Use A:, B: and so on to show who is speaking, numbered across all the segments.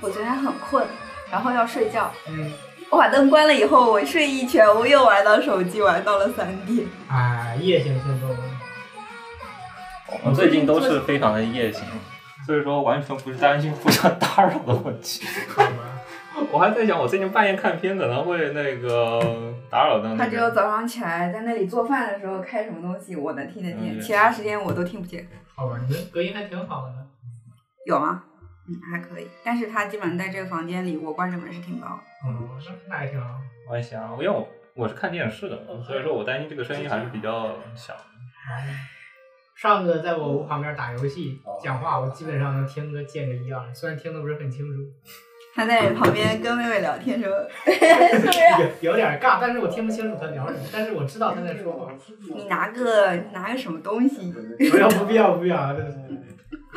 A: 我昨天很困，然后要睡觉，
B: 嗯，
A: 我把灯关了以后，我睡一全屋，又玩到手机，玩到了三点。
B: 啊，夜行性动物。
C: 我最近都是非常的夜行，所以说完全不是担心互相打扰的问题。
B: 好吧
C: 我还在想，我最近半夜看片可能会那个打扰到
A: 他
C: 那
A: 只有
C: 个。
A: 早上起来在那里做饭的时候开什么东西，我能听得见，
C: 嗯
A: 其他时间我都听不见。
B: 好吧，你的隔音还挺好的。
A: 有吗？嗯，还可以。但是他基本上在这个房间里，我关着门是听不到的。
B: 嗯，那还挺好。
C: 我还想，因为我我是看电视的，所以说我担心这个声音还是比较小。
B: 上次在我屋旁边打游戏讲话，我基本上能听个见个一二，虽然听的不是很清楚，
A: 他在旁边跟妹妹聊天说，是不是？
B: 有有点尬，但是我听不清楚他聊什么，但是我知道他在说 话。
A: 你拿个拿个什么东西？
B: 不要不必要不必要， 真是
C: 人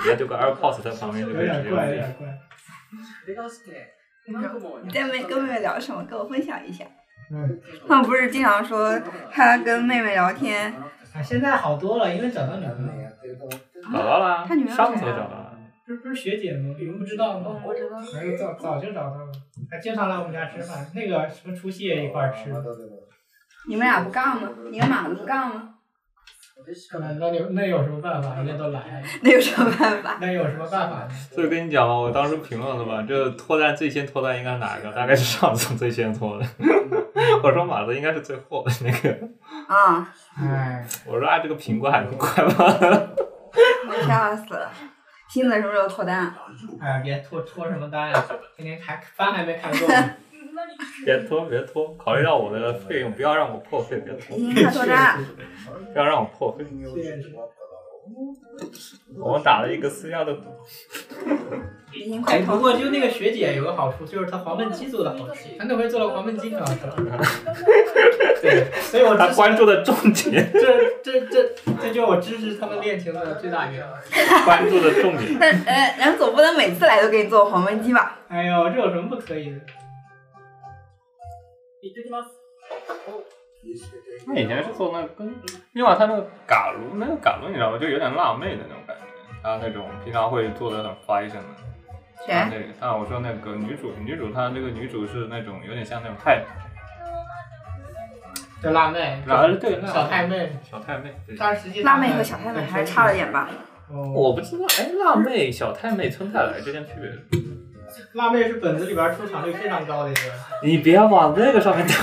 C: 家就个 AirPods 在旁边就
B: 有
C: 可以直
B: 点
C: 接
B: 怪啊有
C: 用
B: 点怪。
A: 你在妹跟妹妹聊什么？跟我分享一下。
B: 嗯，
A: 他们不是经常说他跟妹妹聊天，
B: 啊，现在好多了，因为找到女朋友了，
C: 找到啦
A: 他女儿，
C: 上次
A: 谁啊
C: 找到了。
B: 不是不是学姐吗？你们不知道吗？
D: 嗯
E: 我知道。
B: 哎，早早就找到了，还经常来我们家吃饭。那个什么除夕夜一块儿吃哦的，
A: 你们俩不杠吗？你们俩不杠吗？
B: 那那有那有什么办法？人家都来了，
A: 那有什么办法？
B: 那有什么办法呢？
C: 所以跟你讲嘛，我当时评论了吧，这脱单最先脱单应该是哪一个？大概是上次最先脱的。 我说马子应该是最后的那个。
A: 啊、
B: 哎，
C: 我说啊，这个苹果还不快吗？
A: 我笑死了。星子什么时候脱单啊？
B: 哎，别脱脱什么单啊！天天还饭还没看够呢，
C: 别拖，别拖，考虑到我的费用，不要让我破费，别拖，
A: 嗯，他脱单了。
C: 不要让我破费。我们打了一个私下的赌，
A: 已经快
B: 哎，不
A: 脱。
B: 过就那个学姐有个好处，就是她黄焖鸡做的好吃，她那回做了黄焖鸡挺好吃 的。对，所以我
C: 他
B: 支持
C: 关注的重 点，
B: 这这这这就是我支持他们恋情的最大原因。
C: 关注的重点。
A: 那呃，然后总不能每次来都给你做黄焖鸡吧？
B: 哎呦，这有什么不可以的？
C: 他以前是做那个跟，另外他那个嘎噜，那个嘎噜你知道吧，就有点辣妹的那种感觉，他那种平常会做的很 fashion 的。
A: 谁？
C: 啊对，但我说那个女主，女主她这个女主是那种有点像那种太，
B: 这辣妹，
C: 啊对，那
B: 小太妹，
C: 小太妹，对，
B: 但是实际
A: 辣妹和小太妹还是差了点吧？
B: 哦，
C: 我不知道，哎，辣妹、小太妹、村太来之间区别是什么？
B: 辣妹是本子里边出场率非常高的一个，
C: 你别往那个上面跳，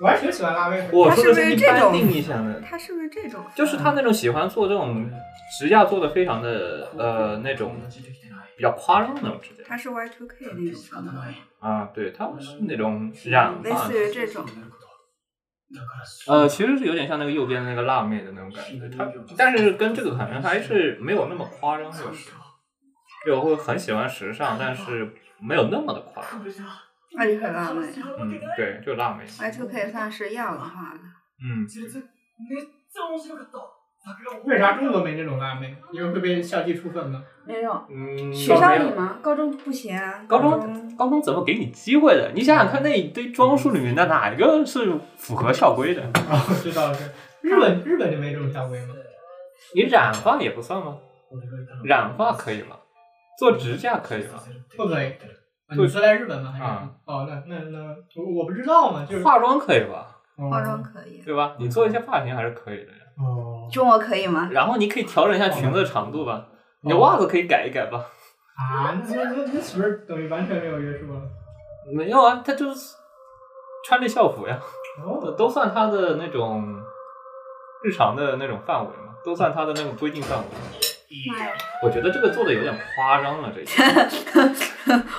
B: 我还挺喜欢辣妹的。
C: 我说
A: 她是
C: 的
A: 不
C: 一
A: 是这
C: 般
A: 种
C: 定义下的，
A: 她是不是这种？嗯
C: 就是她那种喜欢做这种指甲做的非常的呃那种比较夸张的那种指甲
A: 她是 Y2K 那种状态，
C: 啊，对，她是那种染
A: 类
C: 发
A: 似于这种。
C: 呃，其实是有点像那个右边的那个辣妹的那种感觉，她但是跟这个可能还是没有那么夸张，就是，对，我会很喜欢时尚，但是没有那么的夸张。
A: 那就很辣妹。
C: 嗯，对，就是辣妹。
A: Y2K 算是亚文化的，
C: 嗯，
B: 为啥中国没这种辣妹？因为会被校纪处分吗？
A: 那种
C: 嗯，
A: 学
C: 倒
A: 校
C: 没
A: 里
C: 有
A: 吗？高中不行啊。
C: 高中高中怎么给你机会的？你想想看，那一堆装束里面的哪一个是符合校规的？
B: 啊，知道了。日本日本就没这种校规吗？
C: 你染发也不算吗？染发可以吗？做指甲可以吗？
B: 不可以，你说在日本吗？还是
C: 啊
B: 哦，那那那我我不知道嘛，就是
C: 化妆可以吧？
A: 化
B: 化
A: 妆可以，
C: 对吧？你做一些发型还是可以的呀。
B: 哦
A: 中国可以吗？
C: 然后你可以调整一下裙子的长度吧，你的袜子可以改一改吧。
B: 啊，那那那那岂不是等于完全没有约束了？
C: 没有啊，他就是穿着校服呀，
B: 哦，
C: 都算他的那种日常的那种范围嘛，都算他的那种规定范围。嗯
A: 妈呀！
C: 我觉得这个做的有点夸张了，这一点。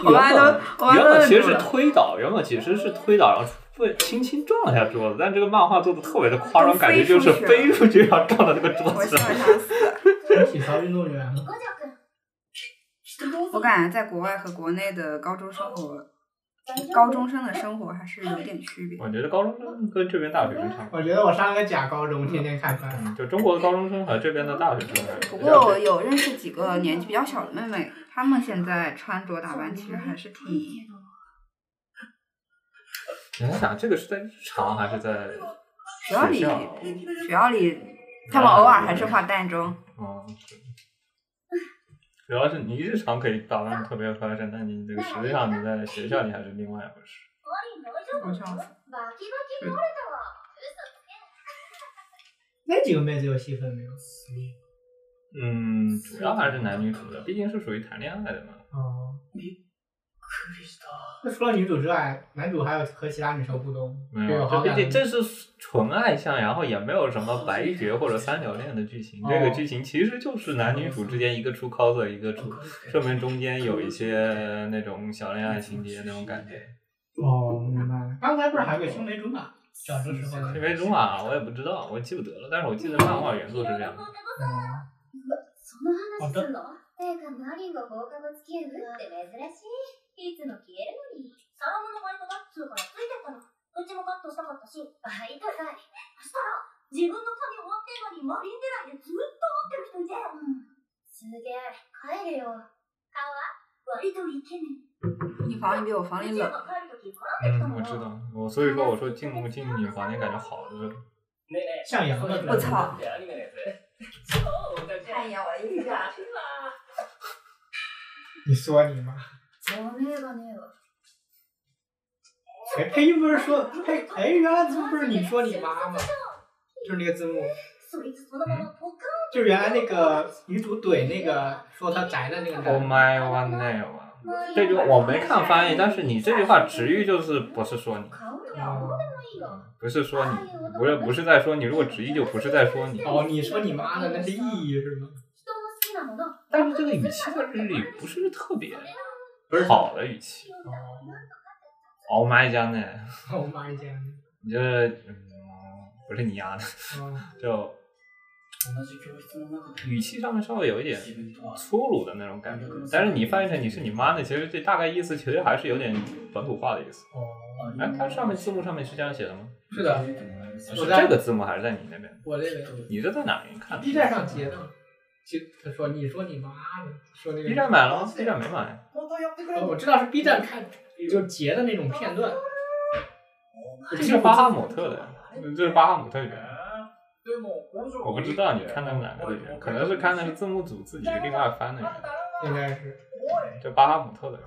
A: 我妈都
C: 原
A: 我妈
C: 原
A: 都
C: 本其
A: 愣
C: 实
A: 住
C: 是
A: 了，
C: 推倒，原本其实是推倒，然后会轻轻撞了一下桌子，但这个漫画做的特别的夸张，
A: 都
C: 感
A: 飞
C: 觉就是
A: 出去了
C: 飞出去然后撞到这个桌
A: 我
C: 子
A: 笑。笑死了。
B: 体操运动员吗？
A: 我感觉在国外和国内的高中生活，高中生的生活还是有点区别。
C: 我觉得高中生跟这边大学生差不多，
B: 我觉得我上个假高中，天天看番。
C: 嗯就中国的高中生和这边的大学生还是
A: 不
C: 比较
A: 过有认识几个年纪比较小的妹妹，她们现在穿着打扮其实还是挺……
C: 你在想这个是在日常还是在
A: 学校
C: 学
A: 里
C: 校？
A: 学校里，她们偶尔还是化淡妆。
C: 嗯，主要是你日常可以打扮得特别夸张，但你这个实际上你在学校里还是另外一回事。
A: 我笑死。
B: 那几个妹子有戏份没有？
C: 嗯，主要还是男女主的，毕竟是属于谈恋爱的嘛。
B: 哦，那除了女主之外，男主还有和其他女生互动，
C: 没
B: 有
C: 有，
B: 啊好
C: 这毕
B: 感的
C: 竟这是纯爱向，然后也没有什么白绝或者三角恋的剧情。这个
B: 哦
C: 剧情其实就是男女主之间一个出 coser，一个
A: 哦
C: 出，说明中间有一些那种小恋爱情节那种感觉。
B: 哦，明白了。刚才不是还有个青梅竹马？小时候时候
C: 青梅竹马我也不知道，我记不得了，但是我记得漫画原作是这样的。
B: 哦，
E: その話すんの
F: 誰かマリンが放課後付き合うって珍しいいつも消えるのに
E: サラモのバイトが通からついてったの。うちもカットしたかったし、バイトかい。そしたら、自分の髪終わってんのにマリン狙いでずっと持ってる人いて、
F: すげえ帰れよ
E: 顔は割とイケメン。
A: 你房里比我房里
E: うち
A: 冷。
E: が帰るときもらってきた
C: 嗯，
E: の
C: 我知道，我所以说我说进不进你房间感觉好的，
B: 向阳的。
A: 我操！
E: 看
A: 一眼我的啊印象。
B: 你说你妈！
F: おめえがねえわ
B: 哎，配音不是说配哎，原来不是你说你妈吗？就是那个字幕，
E: そいつそのままポカーン
B: 就是原来那个女主怼那个说她宅的那个男
C: Oh
B: 的。
C: my one name 啊！这句我没看翻译，但是你这句话直译就是不是说你，
E: 顔とか
B: 哦
E: どうでもいいよ。
C: 不是说你，不是不是在说你，如果直译就不是在说你。
B: 哦，你说你妈的那是意义是吗？
E: 人の好きなもの。
C: 但是这个语气在日语不是特别好的语气。
B: 哦，
C: Oh my god 呢？
B: 我妈一见。
C: 你这嗯不是你丫的，
B: 哦，
C: 就语气上面稍微有一点粗鲁的那种感觉。但嗯是你翻译成你是你妈的，其实这大概意思其实还是有点本土化的意思。
B: 哦，
C: 哎，它上面字幕上面是这样写的吗？
B: 是的，
C: 是
B: 我在
C: 这个字幕还是在嗯你那边？
B: 我这个
C: 你这在哪边看的
B: 啊 B 站上截的。其他说你说你妈的，说那个
C: B 站买了吗？B 站没买。
B: 哦，我知道是 B 站看，就是截的那种片段。
C: 这是巴哈姆特的，这嗯是巴哈姆特语言。我
G: 我
C: 不
G: 不
C: 知
G: 知道
C: 道
G: 你
C: 你看
G: 看
C: 的
G: 的
C: 是哪
G: 哪
C: 个
G: 个
C: 语
G: 语
C: 言，
G: 言，
C: 可
G: 可
C: 能
G: 能
C: 是
G: 是
C: 看
G: 看
C: 的
G: 的
C: 是
G: 是
C: 字幕组自己另外翻的语言，
B: 应该是。
C: 就巴哈姆特的。
B: 哦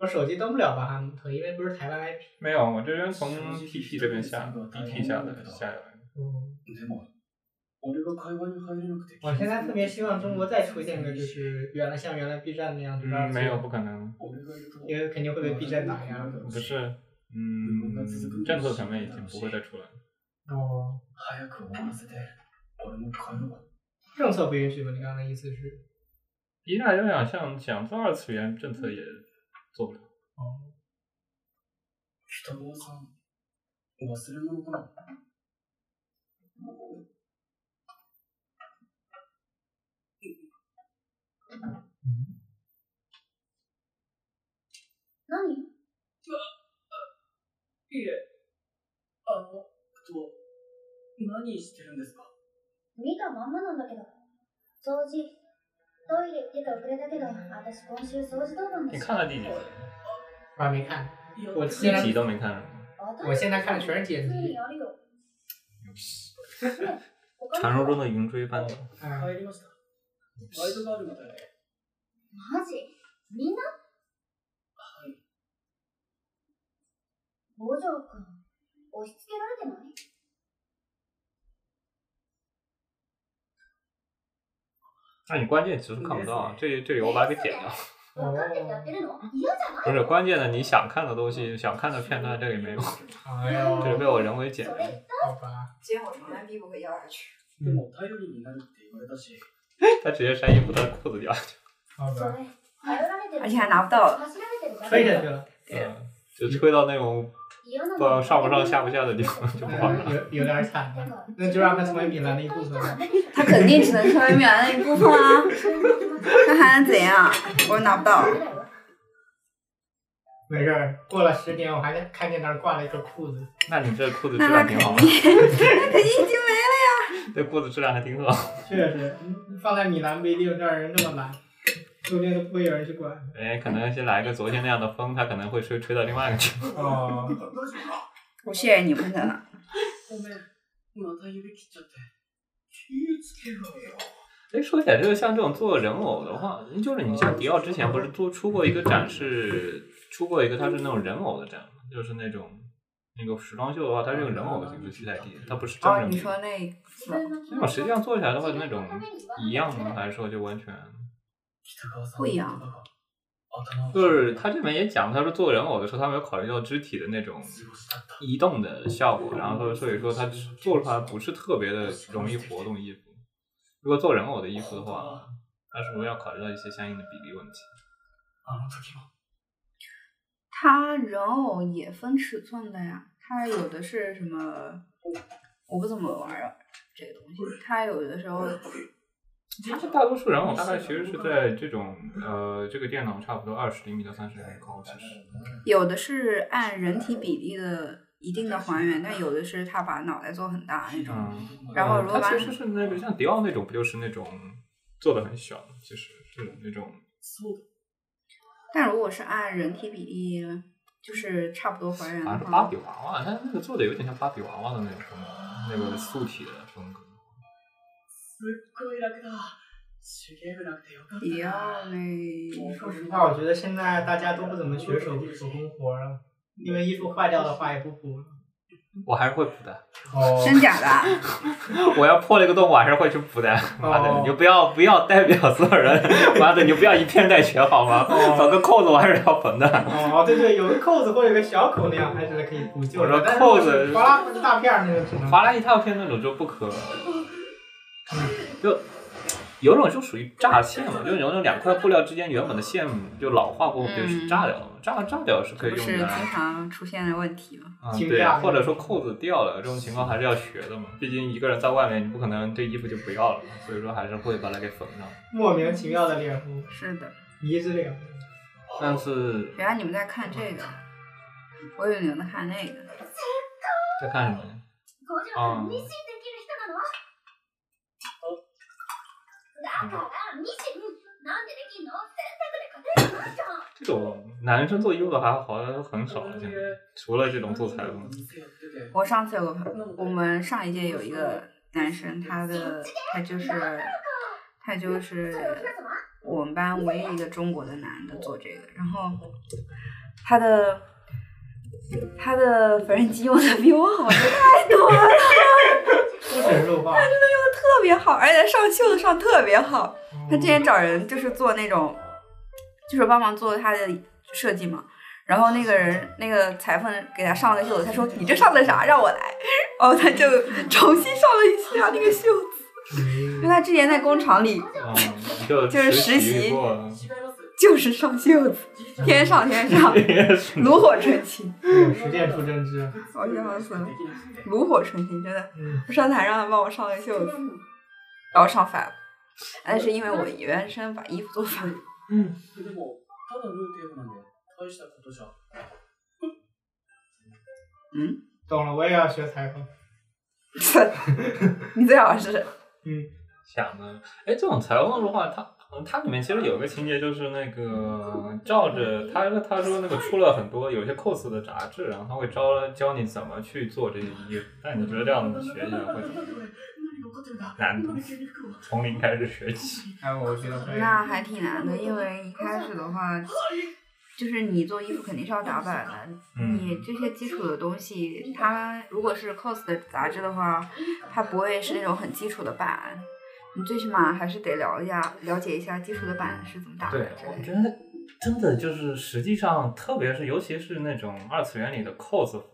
B: 我手机登不了巴哈姆特，因为不是台湾 IP。
C: 没有，我这边从 PP 这边下，DP 下的下游。
B: 哦我现在特别希望中国再出现个，就是原来像原来 B 站那样，就是
C: 嗯，没有，不可能，
B: 因为肯定会被 B 站打压。
C: 不是，嗯，政策层面已经不会再出来了。
B: 哦，政策不允许吗？你刚才的意思是？
C: B 站就想像想做二次元政策也做
A: 嗯
C: 不了。
B: 哦，
E: 何
F: 見たまんまなんだけど掃除トイレ行ってて遅れたけど私今週掃除当番だ
C: 你
F: し
C: 看了第几集？
B: 我啊还没看，我现
C: 一
B: 在
C: 集都没看。
B: 我现在看的全是剪辑。
E: 哦
C: 传说中的云追翻版。
B: 啊，
G: バイトがあるみたいで。
F: マジみんな
G: はい。
F: 五条くん、押し付けられてない
C: 那你关键词是看不到啊，这这里我把它给剪掉。
F: 分かっててやってるの嫌じゃない
C: 不是关键的，你想看的东西、想看的片段这里没有，
B: 哎呦，
C: 这里被我人为剪
F: そ
C: 掉。
F: れ、
B: 好吧，
A: 结果从来避不会掉下去。
G: でも頼りになるって言われたし、
C: 他直接删衣服，他裤子掉下去
B: 好
F: それ
B: 吧，、
F: 頼られてる。
A: 而且还拿不到
F: 走られて
E: 嗯
F: るから
B: 吹下去了，
A: 对
C: 了，嗯，就吹到那种
F: 嫌な
C: 不
F: の
C: 知道上不上下不下的 地方就不好看。
B: 嗯有有点惨了。那就让他成为米兰的一部 分吧。
A: 他肯定只能成为米兰的一部分啊，那还能怎样？我拿 不到。
B: 没事儿，过了十年我还在看见那儿挂了一个裤子，
C: 那你这裤子质
A: 那他
C: 量
A: 肯定，
C: 挺 好
A: 那
C: 的，
A: 肯定就没了。
C: 这裤子质量还挺好。
B: 确实，放在米兰不一定这儿人那么懒，说不定都不会有人去管。
C: 哎，可能先来个昨天那样的风，他可能会吹吹到另外一个地方。
B: 哦，
A: 我谢谢你们的了，
G: ごめん、また指切っちゃって。気ぃつけろよ。
C: 哎，说起来这个像这种做人偶的话，就是你像迪奥之前不是做出过一个展示，出过一个它是那种人偶的展吗，就是那种那个时装秀的话，它是用人偶的形式替代地，它不是真
A: 哦，
C: 人
A: 你
C: 物。
A: 说那
C: 那种实际上做起来的话，那种一样吗？还是说就完全？
G: 北川さん
A: 不一样
G: の言葉が頭を
C: 就是他这边也讲，他说做人偶的时候，他没有考虑到肢体的那种
G: 過ごしだった。
C: 移动的效果，然后说所以说他做出来不是特别的容易活动衣服。如果做人偶的衣服的话，他是不是要考虑到一些相应的比例问题？
G: あの時も。
A: 它人偶也分尺寸的呀，它有的是什么？我不怎么玩儿这个东西，它有的时候
C: 其实大多数人偶大概其实是在这种呃这个电脑差不多二十厘米到三十厘米高，其实
A: 有的是按人体比例的一定的还原，但有的是他把脑袋做很大那种。
C: 嗯，
A: 然后如果把
C: 它其实是那个像迪奥那种，不就是那种做的很小，其实是那种
G: そう
A: 但如果是按人体比例，就是差不多还原
C: 好像
A: 的
C: 是芭
A: 话
C: 啊比，娃娃，但是那个做的有点像芭比娃娃的那种风格，那个素体的风格。
G: すっごい楽だ。手芸部なくてよかったな。
A: 迪奥那
C: 哦
B: 说实话，我觉得现在大家都不怎么学手手工活儿了，因为衣服坏掉的话也不补了。
C: 我还是会补的，
B: 哦
A: 真假的？
C: 我要破了一个洞，我还是会去补的。妈的，你就不要不要代表所有人， 妈的，你就不要以偏概全好吗？
B: 哦
C: 找个扣子我还是要缝的。
B: 哦，对对，有个扣子或者有个小口那样还是可以补救
C: 我说
B: 的。但是
C: 扣子
B: 哗啦大片儿那个只能。
C: 划拉一大片那种就不可，就有种就属于炸线嘛，就是有种两块布料之间原本的线就老化过，就是炸掉了嘛，炸炸掉是可以
A: 不
C: 用
A: 是
C: 的啊。
A: 经常出现的问题吗？
C: 啊，
B: 惊
C: 对，
B: 讶
C: 或者说扣子掉了，这种情况还是要学的嘛。毕竟一个人在外面，你不可能这衣服就不要了嘛，所以说还是会把它给缝上。
B: 莫名其妙的脸红，
A: 是的，
B: 迷之脸红。
C: 但是
A: 原来你们在看这个，我以为你们在看那个。
C: 在看什么呢？
E: 五条ミシンできる人なのだからミシンなんでできんの選択で勝てるのない
C: 这种男
E: じゃん
C: 生做衣服的还好像很少，现在除了这种做裁缝。
G: 店やってて
A: 我上次有个朋我们上一届有一个男生，他的他就是他就是我们班唯一一个中国的男的做这个，然后他的他的缝纫机用的比我好的太多了，
B: 出神入化。
A: 特别好，而且上袖子上特别好。他
B: 哦
A: 之前找人就是做那种，就是帮忙做他的设计嘛。然后那个人，那个裁缝给他上了个袖子，他说：“你这上的啥？让我来。”然后他就重新上了一次他那个袖子，因为他之前在工厂里
C: 嗯，就
A: 就是实
C: 习
A: 习
C: 过，
G: 違います。
A: 就是上袖子，天上天上，炉火纯青，
B: 嗯实践出真知。
A: 我笑死了
G: できなくて
A: 炉火纯青，真的。
B: 嗯，
A: 我上台让他帮我上个袖子，然后上反了，但是因为我原身把衣服做反了。
G: でも、ただルーテーブなんで、大したことじゃ。
B: 懂了，我也要学裁缝。
A: 你最好是
C: 想的。哎，这种裁缝的话，它它里面其实有个情节，就是那个照着他说他说那个出了很多有些 cos 的杂志，然后他会教教你怎么去做这些衣服。但你觉得这样学起来会怎么样？
G: 何
C: 难度从零开始学起。
B: 哎，我觉得会。
A: 那还挺难的，因为一开始的话，就是你做衣服肯定是要打版的，
C: 嗯，
A: 你这些基础的东西，它如果是 cos 的杂志的话，它不会是那种很基础的版，你最起码还是得了一下了解一下基础的版是怎么打的
C: 对
A: 之，
C: 我
A: 类
C: 觉
A: 的。
C: 得真的就是，实际上，特别是尤其是那种二次元里的 cos 服，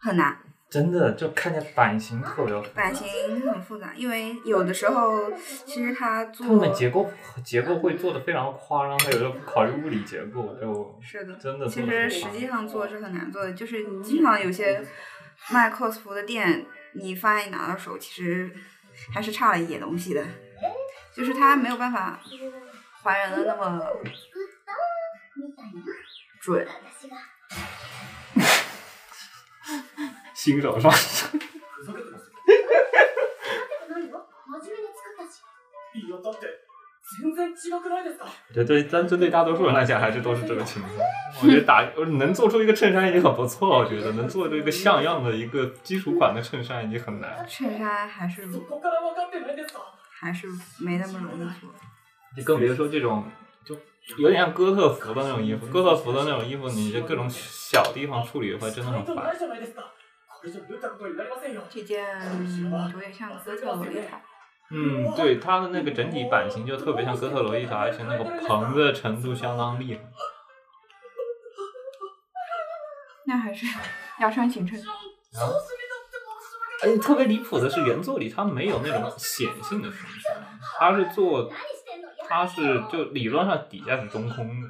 A: 很难，
C: 真的就看见版型特别复杂，
A: 版型很复杂，因为有的时候其实它做
C: 他们结构结构会做的非常夸张，他有的不考虑物理结构就。
A: 是的，
C: 真的做
A: 其
C: 得
A: 实
C: 很
A: 实
C: 夸
A: 际
C: 张
A: 上做是很难做的，就是经常有些卖 cos 服的店，你发一拿到手，其实还是差了一点东西的，就是它没有办法还原的那么准。
C: 新手上，
G: いやだって全然違くないですか
C: 我觉得 对，但针对大多数人来讲，还是都是这个情况。我觉得打能做出一个衬衫已经很不错，我觉得能做出一个像样的一个基础款的衬衫已经很难。
A: 衬衫还是
G: そこから分かってないですか
A: 还是没那么容易做。
C: 你更别说这种，就有点像哥特服的那种衣服，哥特服的那种衣服，你这各种小地方处理的话，真的
G: ない
C: 很
G: とな
C: 烦
G: い。じゃないですかこれじゃ無駄なことになりませんよ
A: 这件有点像哥特洛丽塔，
C: 嗯，对，它的那个整体版型就特别像哥特罗丽塔，而且那个蓬的程度相当厉害。
A: 那还是要穿裙衬。
C: 然后，而且特别离谱的是，原作里它没有那种显性的形式，它是做，它是就理论上底下是中空的。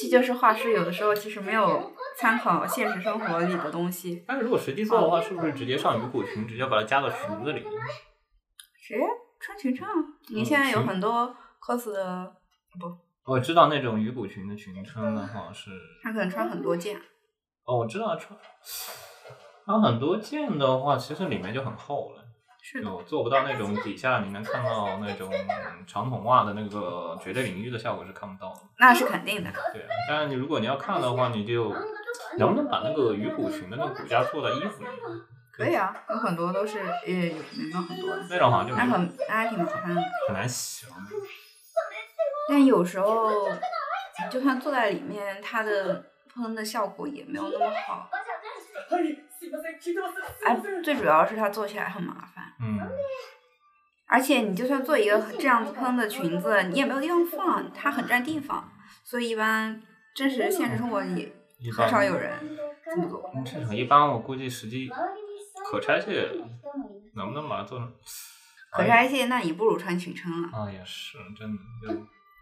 A: 这就是画师有的时候其实没有参考现实生活里的东西。
C: 但是如果实际做的话，是不是直接上鱼骨裙，直接把它加到裙子里面？
A: 谁穿裙衬啊？你现在有很多 cos 的，
C: 我知道那种鱼骨裙的裙撑的话是
A: 他可能穿很多件。
C: 哦，我知道穿，它很多件的话，其实里面就很厚了，
A: 是的，
C: 就做不到那种底下你能看到那种长筒袜的那个绝对领域的效果是看不到的。
A: 那是肯定的。
C: 对啊，当然你如果你要看的话，你
A: 嗯
C: 就能不能把那个鱼骨裙的那个骨架做到衣服里面？
A: 可以啊，有很多都是也有能有很多，
C: 那种好像就
A: 那
C: 没有
A: 很那还挺麻烦的。
C: 很难洗啊了。
A: 但有时候你就算坐在里面，它的喷的效果也没有那么好。
G: はいすいません聞いてますすい
A: 哎
G: ません，
A: 最主要是它做起来很麻烦。
C: 嗯，
A: 而且你就算做一个这样子喷的裙子，你也没有地方放，它很占地方，所以一般真实现实生活里
C: 一
A: 很少
C: 般
A: 有人这么做。
C: 这种一般我估计实际可拆卸能不能把它做成？哎
A: 可拆卸，那你不如穿裙撑了。
C: 啊，也是，真的就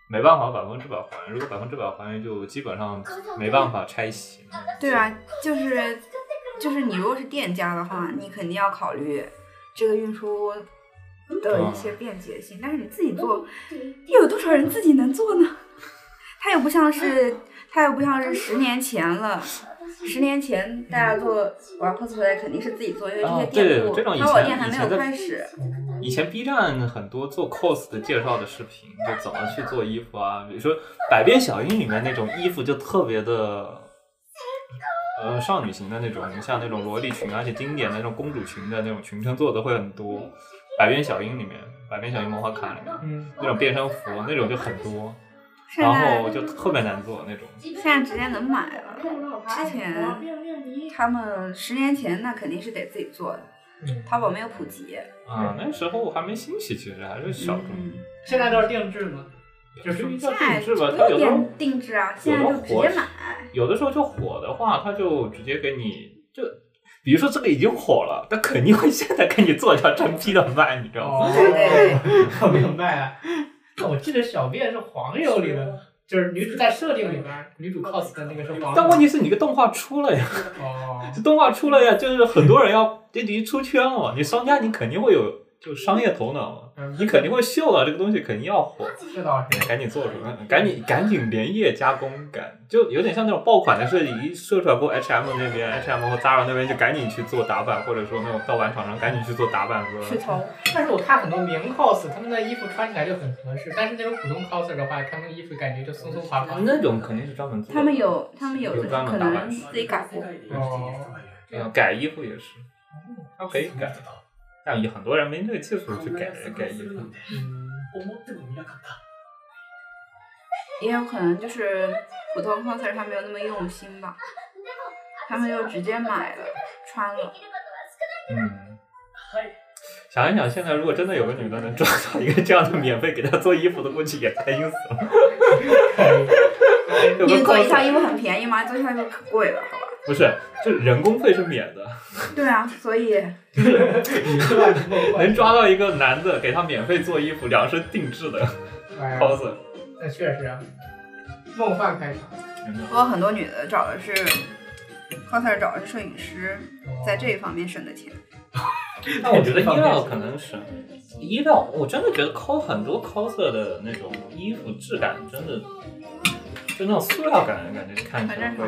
C: 没办法百分之百还原。如果百分之百还原，就基本上没办法拆洗了。
A: 对啊，就是就是你如果是店家的话，你肯定要考虑这个运输的一
C: 嗯
A: 些便捷性，但是你自己做，又有多少人自己能做呢？它又不像是，它又不像是十年前了。十年前大家做玩 cosplay 肯定是自己做，因为这些
C: 啊
A: 店铺，
C: 对这种以
A: 淘宝
C: 前
A: 店还没
C: 以前
A: 有
C: 的
A: 开始。
C: 以前 B 站很多做 cos 的介绍的视频，就怎么去做衣服啊，比如说《百变小樱》里面那种衣服就特别的，呃，少女型的那种，像那种萝莉裙，而且经典的那种公主裙的那种裙撑做的会很多，《百变小樱》里面，《百变小樱魔法卡》里面
B: 嗯，
C: 那种变身服那种就很多，
A: 现
C: 然
A: 在
C: 后就特别难做那种。
A: 现在直接能买了，之前他们十年前那肯定是得自己做的，
B: 嗯
A: 淘宝没有普及。
C: 啊，那时候还没兴起，其实还是小众。
A: 嗯
B: 现在都是定制吗？
C: 就是一
A: 现
C: 叫
A: 在
C: 定制吧，它
A: 不用
C: 有的时候
A: 定定制啊，现在就直接买。
C: 有的时候就火的话，它就直接给你就，比如说这个已经火了，它肯定会现在给你做一条真批的卖，你知道吗？
B: 哦
A: 对对对，
B: 我明白了。那我记得小便是黄油里的，就是女主在设定里边，女主 cos 的那个是黄油。
C: 但问题是你个动画出了呀，
B: 哦，
C: 这动画出了呀，就是很多人要这已经出圈了，你商家你肯定会有就商业头脑嘛，
B: 嗯
C: 你肯定会秀啊，这个东西肯定要火。
B: 这倒是。
C: 赶紧做出来，赶紧赶紧连夜加工，赶就有点像那种爆款的设计，一射出来过后，H&M 那边，H&M 或 Zara 那边就赶紧去做打版，或者说那种盗版厂商赶紧去做打版和
A: 去头。
B: 但是我看很多名 cos，他们的衣服穿起来就很合适，但是那种普通 coser 的话，他们衣服感觉就松松垮垮。
C: 那种肯定是专门做的。
A: 他们有，他们有
C: 有
A: 的
C: 专门
A: 可
C: 打
A: 能
C: 版
A: 自己改过。
B: 哦
C: 哦呃改衣服也是，他可以改。但有很多人没那个技术
G: こ
C: 去
G: んな
C: 改
G: 約束
C: 改
G: をす
C: 衣
G: るなん
C: 服。
G: て
B: 嗯，
G: 思ってもみなかった
A: 也有可能就是普通 coser 他没有那么用心吧，他们就直接买了穿了。
C: 嗯，
G: はい
C: 想一想，现在如果真的有个女的能抓到一个这样的免费给她做衣服的，估计也开心死 了。有
A: 因
C: 个
A: 为做一
C: cos
A: 套衣服很便宜嘛，做一套衣服可贵了，好吧？
C: 不是，就人工费是免的，
A: 对啊，所以
B: 你乱 说
C: 能抓到一个男的给他免费做衣服，量身定制的
A: 嗯
B: 哎呀
C: cos，
B: 那确实啊，梦幻开场。
C: 真的
A: 我有很多女的找的是 coser 找的是摄影师，在这一方面省的钱。
C: 但我觉得医疗可能是医疗，我真的觉得 cos 很多 coser 的那种衣服质感，真的就那种塑料感，感觉看起来会。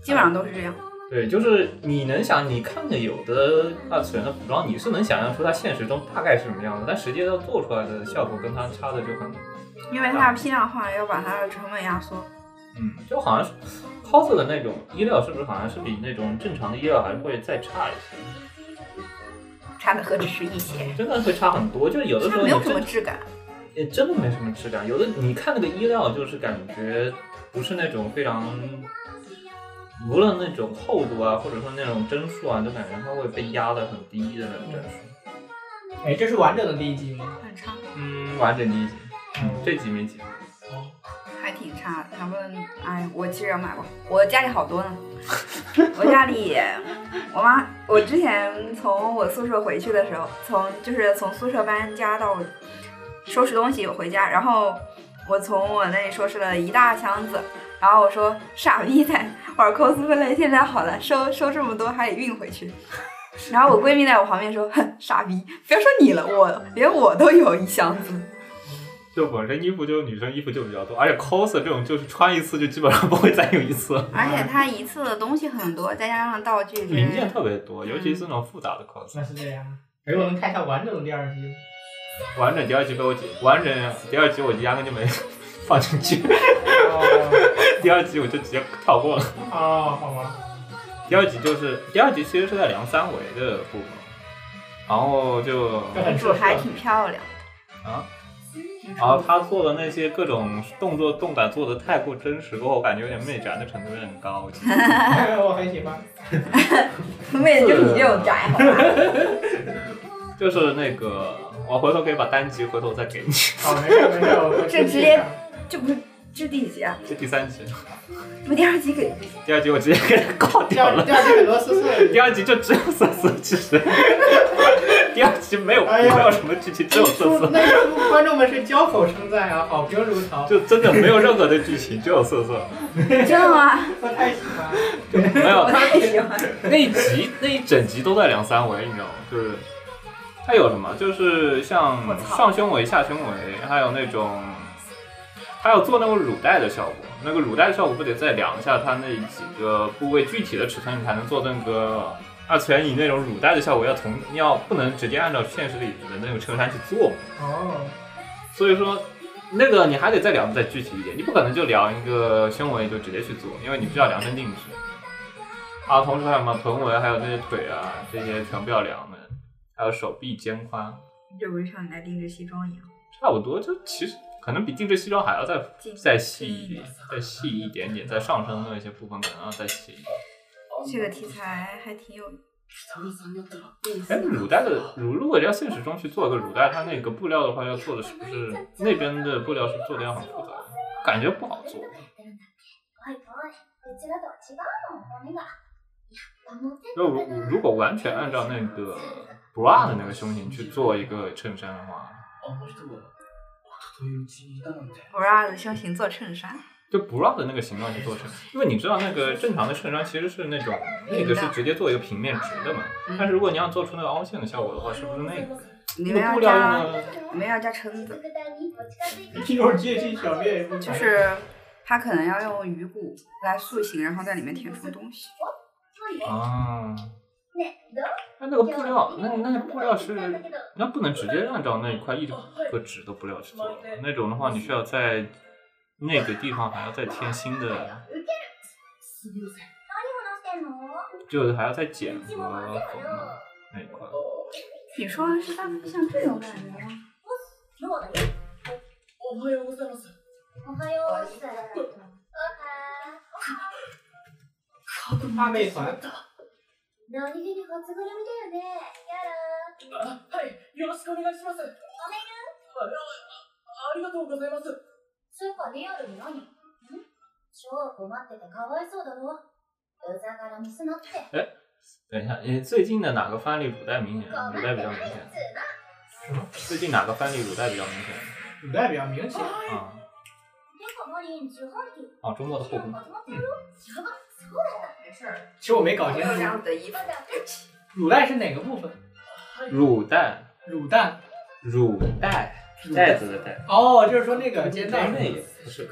A: 基本上都是这样。
C: 对，就是你能想，你看着有的二次元的服装，你是能想象出它现实中大概是什么样的，但实际上做出来的效果跟它差的就很，
A: 因为它要批量化，要把它的成本压缩。
C: 嗯，就好像是 cos 的那种衣料，是不是好像是比那种正常的衣料还会再差一些？
A: 差的何止是一些，
C: 真的会差很多，就是有的时
A: 它
C: 候
A: 没
C: 你
A: 有什么
C: 真
A: 质感。
C: 也真的没什么质感，有的你看那个衣料就是感觉不是那种非常。无论那种厚度啊，或者说那种帧数啊，就感觉它会被压得很低的那种帧数。
B: 哎，这是完整的第一集吗？
A: 很差，
C: 嗯，完整第一集，这集没集。
A: 还挺差的。他们，哎，我其实要买过，我家里好多呢。我家里，我妈，我之前从我宿舍回去的时候，从就是从宿舍搬家到收拾东西回家，然后我从我那里收拾了一大箱子，然后我说傻逼在玩 cosplay，现在好了，收收这么多还得运回去。然后我闺蜜在我旁边说：“哼，傻逼，不要说你了，我连我都有一箱子。”
C: 就本身衣服就是女生衣服就比较多，而且 cos 这种就是穿一次就基本上不会再用一次了，
A: 而且它一次的东西很多，再加上道具之类
C: 零件
A: 的，
C: 特别多，尤其是那种复杂的 cos。
B: 那是这样。哎，我能看一下完整的第二集吗？
C: 完整第二集被我剪，完整第二集我就压根就没放进去，
B: 哦，
C: 第二集我就直接跳过了。
B: 哦，好吧。
C: 第二集就是第二集其实是在量三维的部分，然后就
B: 这很
A: 主
B: 社
A: 还
B: 畜。
A: 挺漂 亮。
C: 啊。然后他做的那些各种动作动感做的太过真实过后，我感觉有点媚宅的程度有点 高。
B: 我很喜欢。
A: 为了就你这种宅，好吧？
C: 就是那个，我回头可以把单集回头再给你，
B: 好，没事没事，我
A: 这直接这不是这第几集啊？
C: 这第三集，
A: 我第二集给
C: 第二集我直接给它告
B: 第二
C: 掉了。
B: 第二集很多私事。
C: 第二集就只有瑟瑟，其实 第二集没有
B: 哎呀
C: 没有什么剧情，只有瑟 瑟，
B: 那个观众们是交口称赞啊，好评如潮，
C: 就真的没有任何的剧情，只有瑟瑟。
A: 真的 吗？
B: 我太喜欢。
C: 没有
A: 我太喜 欢了。
C: 那一集那一整集都在量三维，你知道吗？就是它有什么，就是像
A: 我操
C: 上胸围、下胸围，还有那种，还有做那个乳带的效果。那个乳带的效果不得再量一下它那几个部位具体的尺寸，你才能做那个二次元以那种乳带的效果，要从要不能直接按照现实里的那种衬衫去做嘛。
B: 哦，
C: 所以说，那个你还得再量再具体一点，你不可能就量一个胸围就直接去做，因为你需要量身定制。啊，同时还有什么臀围，还有这些腿啊，这些全部要量的，还有手臂、肩宽，
A: 这不是像你来定制西装一样？
C: 差不多，就其实可能比定制西装还要再
A: 近
C: 再细一点，再细一点点，在上身的那些部分可能要再细一点。
A: 这个题材还挺有，
G: 北川さんだったらどうす
C: 哎，
G: る
C: 乳带的乳，如果要现实中去做一个乳带，它那个布料的话，要做的是不是那边的布料是做的要很复杂的，感觉不好
F: おい
C: 做。
F: おい、うちらとは違うもん、ダメだ。やっぱモテ
C: 就如如果完全按照那个 bra 的那个胸型去做一个衬衫的话，
G: あの人がおとというちにいたなんて
A: 我让的胸型做衬衫，
C: 就 bra 的那个形状去做成，因为你知道那个正常的衬衫其实是那种那个是直接做一个平面直的嘛，但是如果你要做出那个凹陷的效果的话，是不是那个
A: 你
C: 那
A: 们
C: 个
A: 要
C: 布料
A: 加
C: 用，的
A: 你们要加撑子，
F: 特大にお近づいて
B: 一会儿接近小面也不
A: 就
B: 就是
A: 它可能要用鱼骨来塑形，然后在里面填充东西。
C: 啊？
F: ね、どう
C: 那那个布料，那那个布料是那不能直接按照那一块一个纸的布料去做了，那种的话你需要在那个地方还要再添新
G: す
C: 的，
G: みません
F: 何話してんの
C: 就是还要再剪和缝合那一块。
F: い
A: 你说完是大概像这种感觉吗？
E: 今日は何
G: おはようございます。
F: おはようございます。
B: 辣妹团
F: 何気に初グルミだよね。やら。
G: あ、はい、よろしくお願いします。お願い。ありがとうございます。
F: つうかリアルに何ん超困っててかわいそうだろうざがらみすなって
C: 等一下，诶，最近的哪个番里乳带明显？乳带比较明显。最近哪个番里乳带比较明显？
B: 古代比较明显，
C: 啊、
E: マリン自販機
C: 啊，周末的
E: 始
C: 后
E: ま
C: 宫。
E: ってるよやばそうだった
A: 没事儿，
B: 其实我没搞
A: 没
B: 清
A: 有这样
B: 楚
A: 子的衣服。
B: 乳带是哪个部分，
C: 乳带，
B: 乳蛋
C: 乳带，
B: 乳
C: 带
B: 蛋
C: 子的带，
B: 哦，就是说那个肩带
C: 那也不是，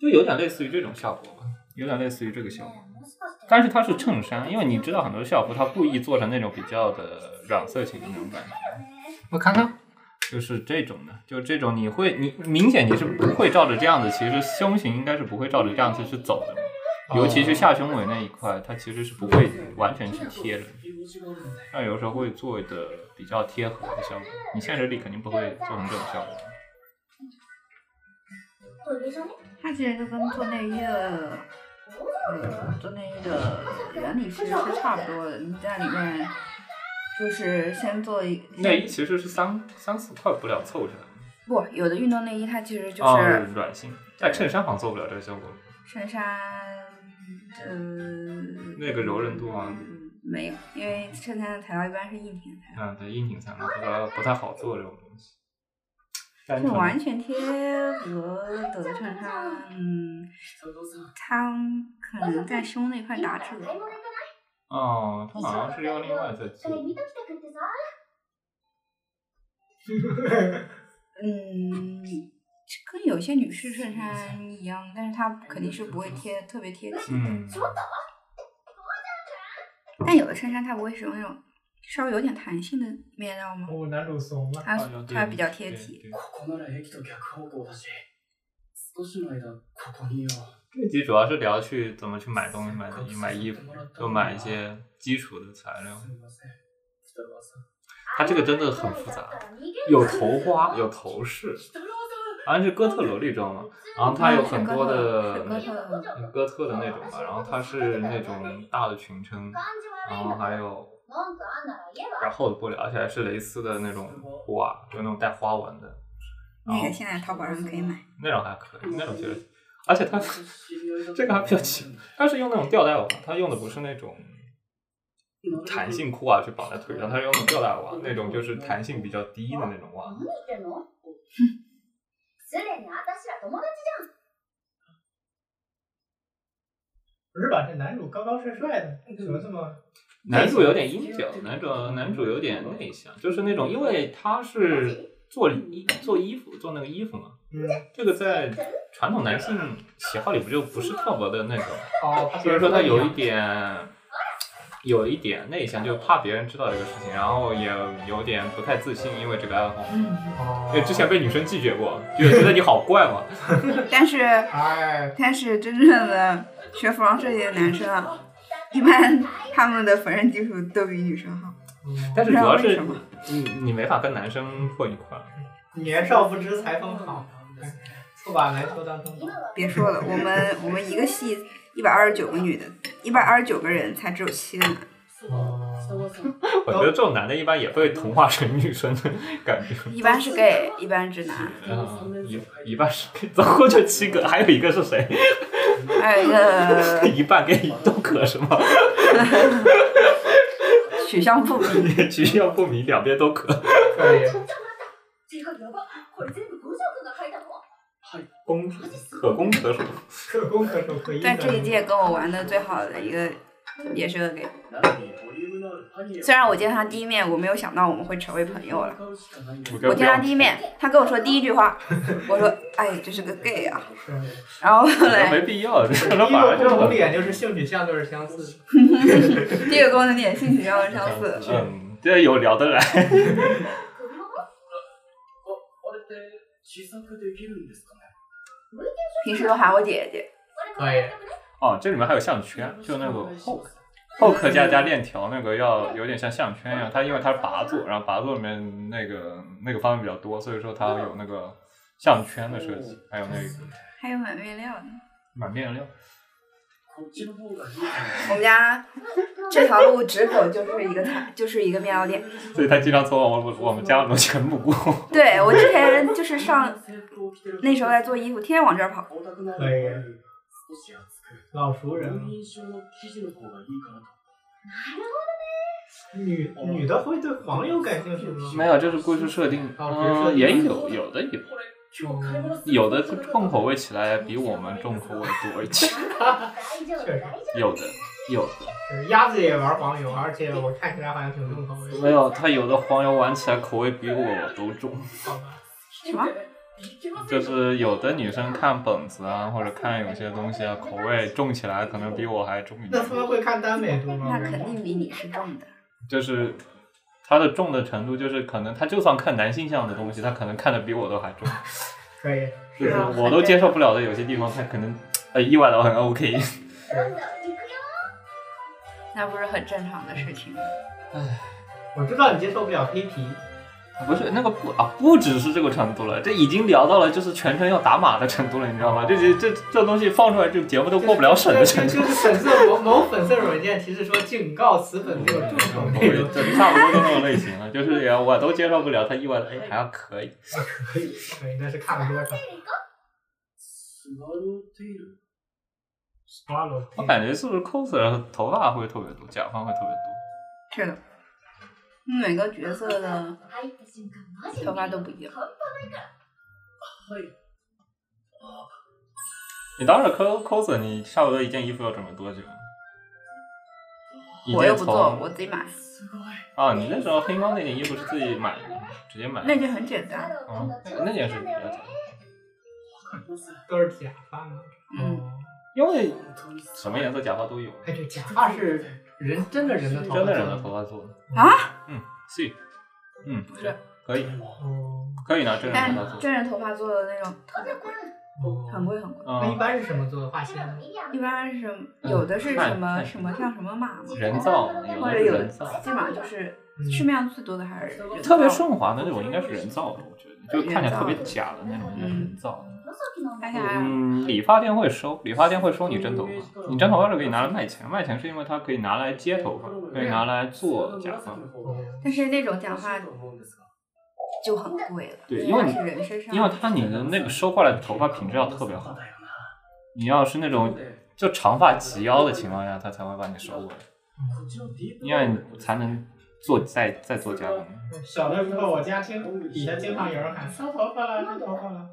C: 就有点类似于这种效果吧，有点类似于这个效果。
F: もしかして
C: 但是它是衬衫，因为你知道很多校服它故意做成那种比较的染色型的那种感觉。我看看，就是这种的，就这种你会，你明显你是不会照着这样子，其实胸型应该是不会照着这样子去走的，尤其是下胸围那一块，它其实是不会完全去贴的。那有时候会做的比较贴合的效果，你现实里肯定不会做成这种效果。
E: トイレじゃね
A: 它其实就跟做内衣的，呃，做内衣的原理其实是差不多的。你在里面就是先做一
C: 内衣其实是三三四块布料凑起来，
A: 不，有的运动内衣它其实就
C: 哦
A: 是
C: 软性，但衬衫好像做不了这个效果。
A: 衬衫，呃，
C: 那个柔韧度好像
A: 嗯没有，因为衬衫的材料一般是硬挺材
C: 嗯，对，硬挺材料不太不太好做这种东西。单
A: 料，就
C: 纯
A: 完全贴合的衬衫，嗯，它可能在胸那块打褶。
C: 哦，它好像是要另外再做。
F: 見ときたくってさ
A: 嗯，跟有些女士衬衫一样，但是它肯定是不会贴特别贴体的。
C: 嗯，
A: 但有的衬衫它不会使用那种稍微有点弹性的面料吗？
B: 哦，男主怂了，
A: 它
C: 好像对
A: 它比较贴
C: 对
A: 体。
C: 对
G: ここなら駅と逆方向だし、少しの間ここにいよう。
C: 这集主要是聊去怎么去买东西、买内衣、买衣服，就买一些基础的材料
G: す。みません。北川さん。
C: 它这个真的很复杂，有头花，有头饰，
G: 北川さ
C: 好像是哥特萝莉装嘛，然后它有很多的嗯
A: 是哥特嗯的
C: 很哥特的那种吧，然后它是那种大的裙撑，然后还有
F: 文句あんなら言えば
C: 然后的布料，而且还是蕾丝的那种花，就那种带花纹的，
A: 那
C: 然后
A: 个现在淘宝上可以买。
C: 那种还可以，那种其实，而且它
G: ん。
C: 这个还比较奇，它是用那种吊带袜，它用的不是那种弹性裤袜去绑在腿上，它是用那种吊带袜，那种就是弹性比较低的那种袜
F: 何。言ってんのすでに私ら友達
B: 不是吧？这男主高高帅帅的，
C: 嗯
B: 怎么这么
C: 男主有点阴角，男主男主有点内向，就是那种，因为他是做衣做衣服做那个衣服嘛，
B: 嗯？
C: 这个在传统男性喜好里不就不是特别的那种。
B: 哦，
C: 所以说他有一点，有一点内向，就怕别人知道这个事情，然后也有点不太自信，因为这个爱好，
B: 哦
C: 因为之前被女生拒绝过，就觉得你好怪嘛。
A: 但是
C: 啊
B: 哎，
A: 但是真正的学服装设计的男生啊，一 般
C: 哎
A: 他们的缝纫技术都比女生好。
B: 嗯
C: 但是主要
A: 不知
C: 是
A: 道为什么
C: 你你没法跟男生混一块儿，
B: 年少不知裁缝好，错把篮球当中宝。
A: 别说了，我们我们一个系一百二十九个女的，一百二十九个人才只有七个男的。
C: 我觉得这种男的一般也被同化成女生的感觉。
A: 一般是 gay，一般是男。
C: 嗯，一一半是 gay，总共就七个，还有一个是谁？
A: 还有一个
C: 一半给你都可是吗？
A: 取向不明，
C: 取向不明，两边都可。
B: 可以，
E: てかやばこれ全部五条くんが書いたの
C: 攻可攻可守。
B: 可攻可守， 可一
A: 在这一届跟我玩的最好的一个也是个 gay。虽
G: 虽然
A: 然
G: 我
A: 我
G: 见
A: 见
G: 他
A: 他
G: 第
A: 第
G: 一
A: 一
G: 面，
A: 面，我没有想到我们会成
G: 为
A: 为朋
G: 朋
A: 友
G: 友
A: 了
G: 了。。
A: 我见他第一面，他跟我说第一句话，我说：“哎，这是个 gay 啊。”然后后来
C: 没必要，这
B: 第一
C: 可能反
B: 个
C: 而
B: 不
C: 就
B: 同
C: 很
B: 点就是性取向都是相似，
A: 第二个跟我的点性取向是相似，
C: 嗯，这有聊得来。
A: 平时都喊我姐姐。
B: 可以。
C: 哦，这里面还有项圈，就那个
G: Hulk
C: hook 加加链条那个要有点像项圈一样，它因为它是拔座，然后拔座里面那个那个方面比较多，所以说它有那个项圈的设计，还有那个
A: 还有满面料呢。
C: 满面料。
G: こっちの方がいい
A: 我们家这条路直走就是一个 菜，就是一个面料店。
C: 所以他经常从我我我们家楼前路 过。
A: 对我之前就是上那时候在做衣服，天天往这儿跑。
B: 可以老熟人了，女女的会对黄油感兴趣吗？
C: 没有，这是故事设定，
B: 哦
C: 嗯，也有有的有，有的重口味起来比我们重口味多一些，有的有的
B: 是鸭子也玩黄油，而且我看起来好像挺重口味的。
C: 没有，他有的黄油玩起来口味比我都重，
B: 好吧，
A: 什么？
C: 就是有的女生看本子啊，或者看有些东西啊，口味重起来可能比我还重一
B: 那
C: 点
B: 他，们会看耽美多吗？
A: 那肯定比你是重的。
C: 就是。他的重的程度就是可能他就算看男性向的东西，他可能看的比我都还重，
B: 可以。
C: 就是我都接受不了的有些地方，他可能呃意外的很 OK。
A: 那不是很正常的事情吗。
B: 我知道你接受不了黑皮，
C: 不是那个不啊，不只是这个程度了，这已经聊到了就是全程要打码的程度了，你知道吗？这这这这东西放出来，这个节目都过不了审的程度。
B: 就是粉色某某粉色软件提示说，警告此 粉具有重口内容。
C: 就差不多都那种类型了，就是也我都接受不了，他意外的哎还要可以，
B: 可以，可以，那是看了多少？花罗
C: 我感觉是不是 cos 头发会特别多，假发会特别多，
A: 是的，每个角色的头发都不一样。
C: 你当时 cos cos 你差不多一件衣服要准备多久？一
A: 我又
C: 件
A: 不
C: 从
A: 做，我自己买，
C: 啊，你那时候黑猫那件衣服是自己买的，直接买的
A: 那就很简单。
C: 啊，那那件是比较简单。
B: 都是假发吗？
A: 嗯，
B: 哦，
C: 因为什么颜色假发都有，
B: 哎，对，假发是人真的人的头，
C: 真的人的头。发做的
A: 啊？
C: 嗯，C，嗯，
A: 不是，
C: 可以，
B: 哦，
C: 可以拿真
A: 但
C: 人头发做。
A: 真人头发做的那种特别贵，很贵很贵。
B: 哦那一
C: 嗯，
B: 般是什么做的发型呢？
A: 一般是什么？有的是什么什么像什么马吗？
C: 人造，有
A: 或
C: 的
A: 者
C: 是
A: 有的
C: 人造，
A: 基本上就是
B: 嗯
A: 市面上最多的还是人造
C: 特别。顺滑的那种应该是人造的，我觉得，就看起来特别假的那种
A: 嗯
C: 应该是人造的。
A: 而且还
C: 嗯，理发店会收，理发店会收你真头
A: 嗯
C: 发，你真头发是可以拿来卖钱，卖钱是因为它可以拿来接头发，可以
A: 嗯
C: 拿来做假发。
A: 但是那种假发
C: 啊
A: 就很贵了，
C: 对
A: 它
C: 因为
A: 是人身上，
C: 因为它你的那个收过来的头发品质要特别好，你要是那种就长发及腰的情况下，它才会把你收过来。因为你才能做再再做加工。
B: 小的时候我家经底下经常有人喊收头发了，收头发了。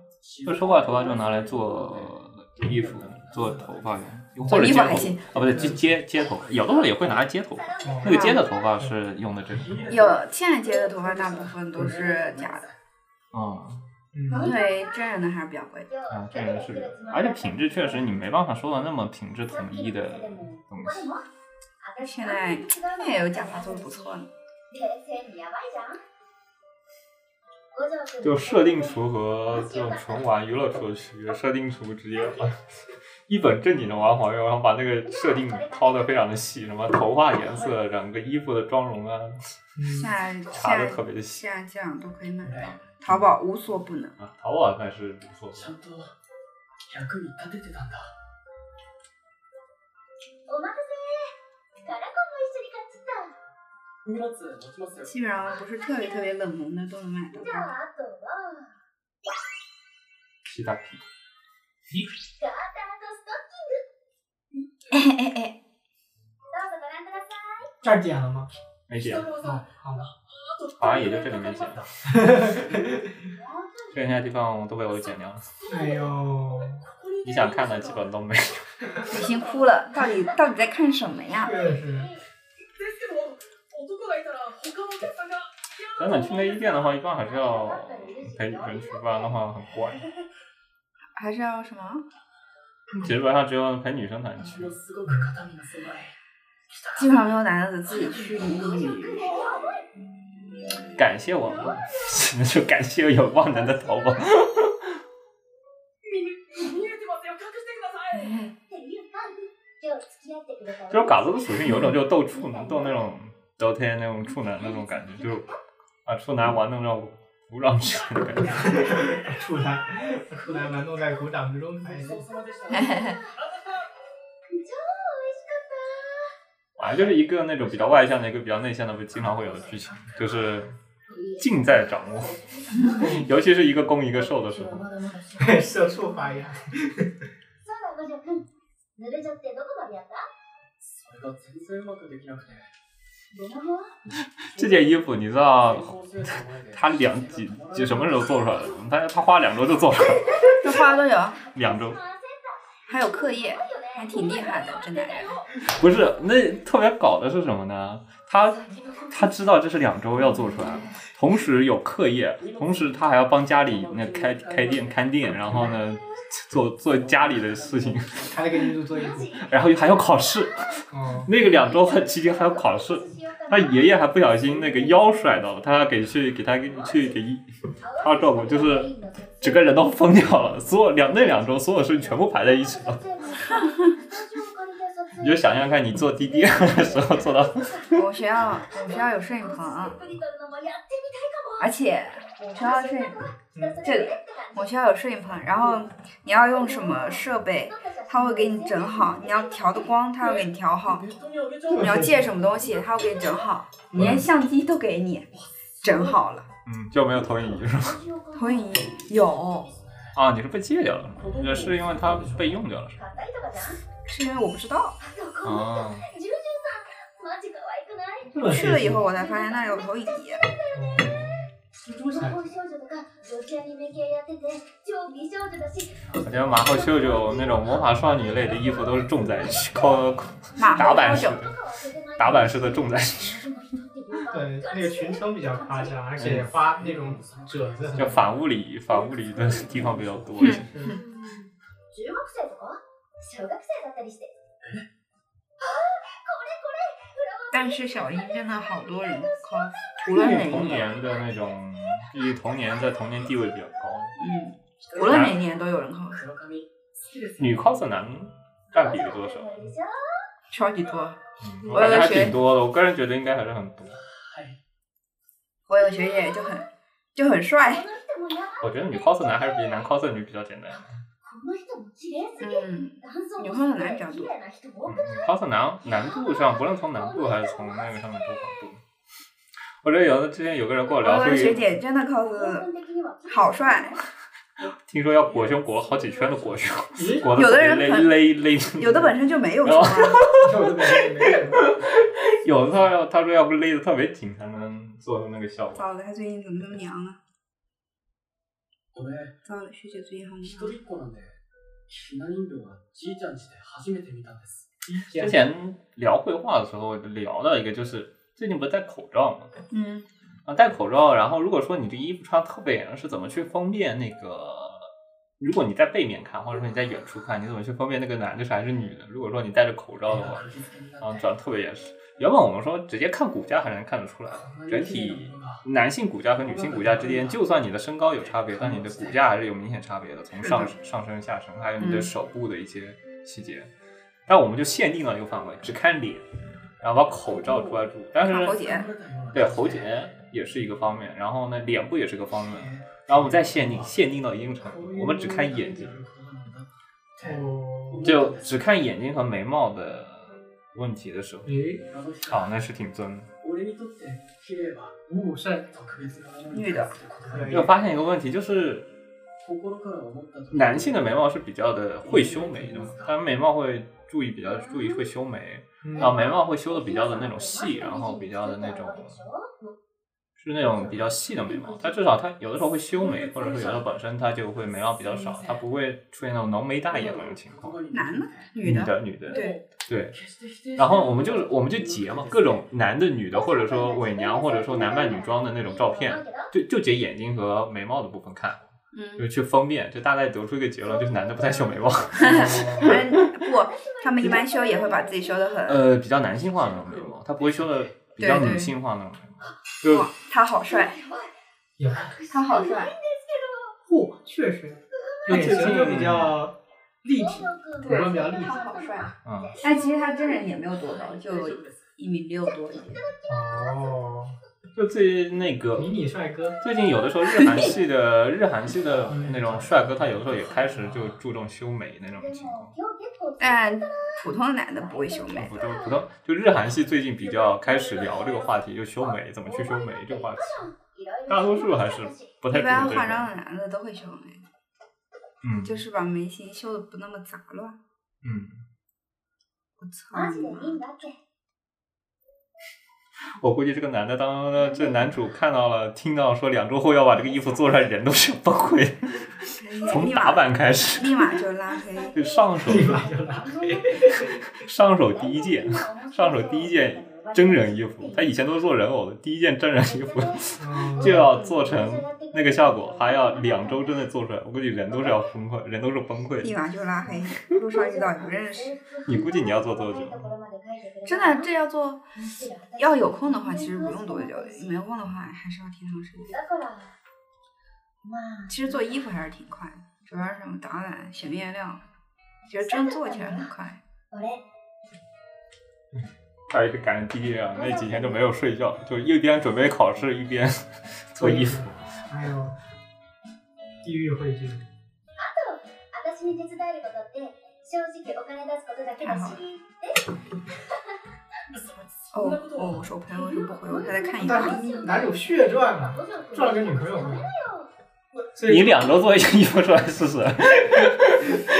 C: 就收过来头发就拿来做衣服、做头发用，或
A: 做
C: 者
A: 衣
C: 接
A: 服
C: 头
A: 还行
C: 啊，不对，就接接头，有的时候也会拿来接头发。那个接的头发是用的这个，
A: 有现在接的头发大部分都是假的，
C: 嗯
B: 嗯，
A: 因为真人的还是比较贵的。
C: 啊，这个是，而且品质确实你没办法说到那么品质统一的东西。
A: 现在那也有假发做的不错呢。
C: 就设定厨和这种纯玩娱乐厨的区别，设定厨直接玩一本正经的玩黄油，然后把那个设定掏的非常的细，什么头发颜色、整个衣服的妆容啊，
A: 现
B: 嗯
A: 在现
C: 查的
A: 在
C: 特别嗯的细
A: 现在这样都可以买到，淘宝无所不能。
C: 啊，淘宝还是不错的
G: ち。ゃんと役に立ててたんだ2月持ちますよ
A: 基本上不是特别特别冷门的都能买 到。
C: 皮大皮，
A: 哎哎哎，
B: 这儿剪了吗？
C: 没剪，
B: 哦，好吧。
C: 好像也就这里没剪到，剩下的地方都被我剪掉了。
B: 哎呦，
C: 你想看的基本都没有。
A: 雨欣哭了，到底到底在看什么呀？
B: 确实，
G: ですけど男がいたら他のお客さんが
C: 等等去内衣店的话，一般还是要陪女生去，不然的话很怪。
A: 还是要什么？
C: 基本上只有陪女生才能去。
G: ものすごく肩身が狭い
A: 基本上没有男的自己去女。
C: 感谢我们， 只能说感谢有万能的淘宝。
G: 見見えてますよ隠してください
A: 哎
F: じゃあ付き合ってく
C: 就是嘎子的属性有种就是斗处斗那种斗天那种处男那种感觉，就是把处男玩弄到鼓掌之类的感觉。
B: 出来，出来玩弄在鼓掌之中，哎，
G: ごちそうさまでした。
C: 反正就是一个那种比较外向的，一个比较内向的，不是经常会有的剧情，就是尽在掌握， 尤其是一个攻一个受的时候。
B: 社畜发言。
F: そうだ、五条くん。ぬるちゃってどこまでやった
G: それが全然うまくできなくて。
F: ドラマは
C: 这件衣服你知道
G: 他
C: 他两几几什么时候做出来的？他他花两周就做出来了，
A: 这花了多久？
C: 两周
A: 还有课业，还挺厉害的，这男人。
C: 不是那特别搞的是什么呢？他他知道这是两周要做出来的，同时有课业，同时他还要帮家里那开开店看店，然后呢做做家里的事情，
B: 还得给女主做衣
E: 嗯
B: 服。
C: 然后还要考试。
B: 哦，
C: 那个两周他期间还要考试，他爷爷还不小心那个腰摔到了，他要给去给他去给医，他要照顾，就是整个人都疯掉了。所有两那两周所有事情全部排在一起了。你就想象看，你做滴滴的时候做到
A: 我学校我们学校有摄影棚，而且我学校的摄影这里，我学校有摄影棚，然后你要用什么设备，他会给你整好。你要调的光，他会给你调好。你要借什么东西，他会给你整好，连相机都给你整好了。
C: 嗯就没有投影仪是吧？
A: 投影仪有，
C: 啊，你是被戒掉了，也是因为它被用掉了是吧？
A: 是因为我不知道，
C: 啊，
A: 去了以后我才发现那儿有投影仪。
C: 我觉得马后秀秀那种魔法少女类的衣服都是重灾 区，靠
A: 马
C: 打
A: 后
C: 板
A: 秀
C: 式
A: 秀
C: 的打板式的重灾区。
B: 对，那个裙撑比较夸张，而且花那种褶子很
C: 就反物理、反物理的地方比较多 一些。
F: 中学生とか小学生だったりして。
A: 但是小樱真的好多人 cos，无论哪
C: 对于
A: 一
C: 童
A: 年，
C: 年的那种，毕竟童年在童年地位比较高，
A: 嗯，无论哪一年都有人 cos，
G: 黒髪好きです
C: 女 cos 男占比多少？
A: 超级多。
C: 嗯我感
A: 我
C: 觉还
A: 有个学
C: 挺多的，我个人觉得应该还是很多。
G: はい。
A: 我有个学姐就很就很帅，
C: 我觉得女 cos 男还是比男 cos 女比较简单。
A: 嗯，日
E: 日本
A: 本
E: は
A: は
E: な
A: ないいじ
E: じゃ
A: ゃ
E: ん
A: ん
E: と。
C: 嗯 cos 男难度上，不论从难度还是从那个上面多好多。我觉得有的之前有个人跟我
A: 我有
C: 聊，
A: 个学
C: 会
A: 姐真的 cos 好帅，
C: 听说要裹胸裹好几圈的裹胸，
B: 咦，
C: 裹得
A: 有的人
C: 勒
A: 可
C: 勒勒，
A: 有的本身就没有胸啊，
B: 这我就没没什么。
C: 有的他要他说要不勒的特别紧才能做出那个效果。
A: 糟了，她最近怎么那么娘啊？
G: 俺
A: 糟了，学姐最近好
G: 一
A: 娘。啊
G: 人っ子なんで、ひな人形はじいちゃん家で初めて見たんです。
C: 之前聊绘画的时候聊到一个，就是最近不是戴口罩吗？
A: 嗯，
C: 啊，戴口罩，然后如果说你这衣服穿特别严，是怎么去分辨那个？如果你在背面看，或者说你在远处看，你怎么去分辨那个男的是还是女的？如果说你戴着口罩的话，然后长得特别严实。原本我们说直接看骨架还能看得出来，
A: 啊
C: 整体男性骨架和女性骨架之间，就算你的身高有差别，但你的骨架还是有明显差别的，从上上身、下身，还有
A: 嗯
C: 你的手部的一些细节。但我们就限定到一个范围，只看脸，然后把口罩抓住。但是
A: 哦看喉结，
C: 对喉结也是一个方面，然后呢，脸部也是个方面，然后我们再限定，限定到一定程度，我们只看眼睛，
B: 哦，
C: 就只看眼睛和眉毛的问题的时候，
B: 诶，
C: 哦，那是挺尊的。
B: 五五是
A: 女的
C: 就发现一个问题，就是男性的眉毛是比较的会修眉的嘛，他们眉毛会注意比较注意会修眉，
B: 嗯
C: 然后眉毛会修的比较的那种细，然后比较的那种是那种比较细的眉毛，它至少它有的时候会修眉，或者说有的本身它就会眉毛比较少，它不会出现那种浓眉大眼那种情况。
A: 男的
C: 女
A: 女的，
C: 的，女的，
A: 对
C: 对。然后我们就是我们就截嘛，各种男的、女的，或者说伪娘，或者说男扮女装的那种照片，就就截眼睛和眉毛的部分看，
A: 嗯，
C: 就去分辨，就大概得出一个结论，就是男的不太修眉毛，
A: 反正哎不，他们一般修也会把自己修的很，
C: 呃，比较男性化的那种眉毛，他不会修的比较女性化那种眉毛，就
A: 哇，他好帅，
B: 有，
A: 他好帅，
B: 嚯，确实，脸型就比较立体。
F: 体
B: 对
F: 非常好帅。啊
C: 嗯，
A: 但哎其实他真人也没有多高，就一米六多一点。
B: 哦，
C: 就最那个
B: 迷你帅哥，
C: 最近有的时候日韩系的日韩系的那种帅哥，他有的时候也开始就注重修美那种情况。哎
A: 但普通的男的不会修
C: 就
A: 眉，
C: 普通普通，就日韩系最近比较开始聊这个话题，就修美怎么去修美这个话题，大多数还是不太
A: 一
C: 注重
A: 般
C: 这
A: 化妆
C: 个。
A: 的男的都会修眉，
C: 嗯
A: 就是把眉心修的不那么杂乱。
C: 嗯，
A: 啊我操
F: マジで
A: 你
F: い
A: 妈！
F: いんだっけ
C: 我估计这个男的当呃这男主看到了，听到说两周后要把这个衣服做出来，人都是 崩溃，从
A: 立
C: 打
A: 马
C: 扮开始，
A: 立马就拉黑。
C: 就嗯上手
B: 立马就拉黑。
C: 上手第一件，上手第一件真人衣服，他以前都是做人偶的，第一件真人衣服
B: 嗯
C: 就要做成 那个效果，还要两周之内做出来，我估计人都是要崩溃，人都是崩溃
A: 立
C: 的。
A: 马就拉黑，路上遇到也不认识。
C: 你估计你要做多久？
A: 真的，这要做，要有空的话，其实不用多久的；没空的话，还是要挺长时间。
F: だから、まあ、
A: 其实做衣服还是挺快的，主要是什么打染、选面料，觉得真做起来很快。
F: 俺、
C: 还有一个感人第一啊，那几天都没有睡觉，就一边准备考试一边做衣服。
B: 还有哎地狱会剧，
F: 私に手伝えることって、正直お金出すことだけだし、
A: 哦哦， 我说我朋友是不回我，他在看一
B: 但
A: 个。
B: 是哪有血赚啊？赚个女朋友吗？所以
C: 你两周做一件衣服出来试 试，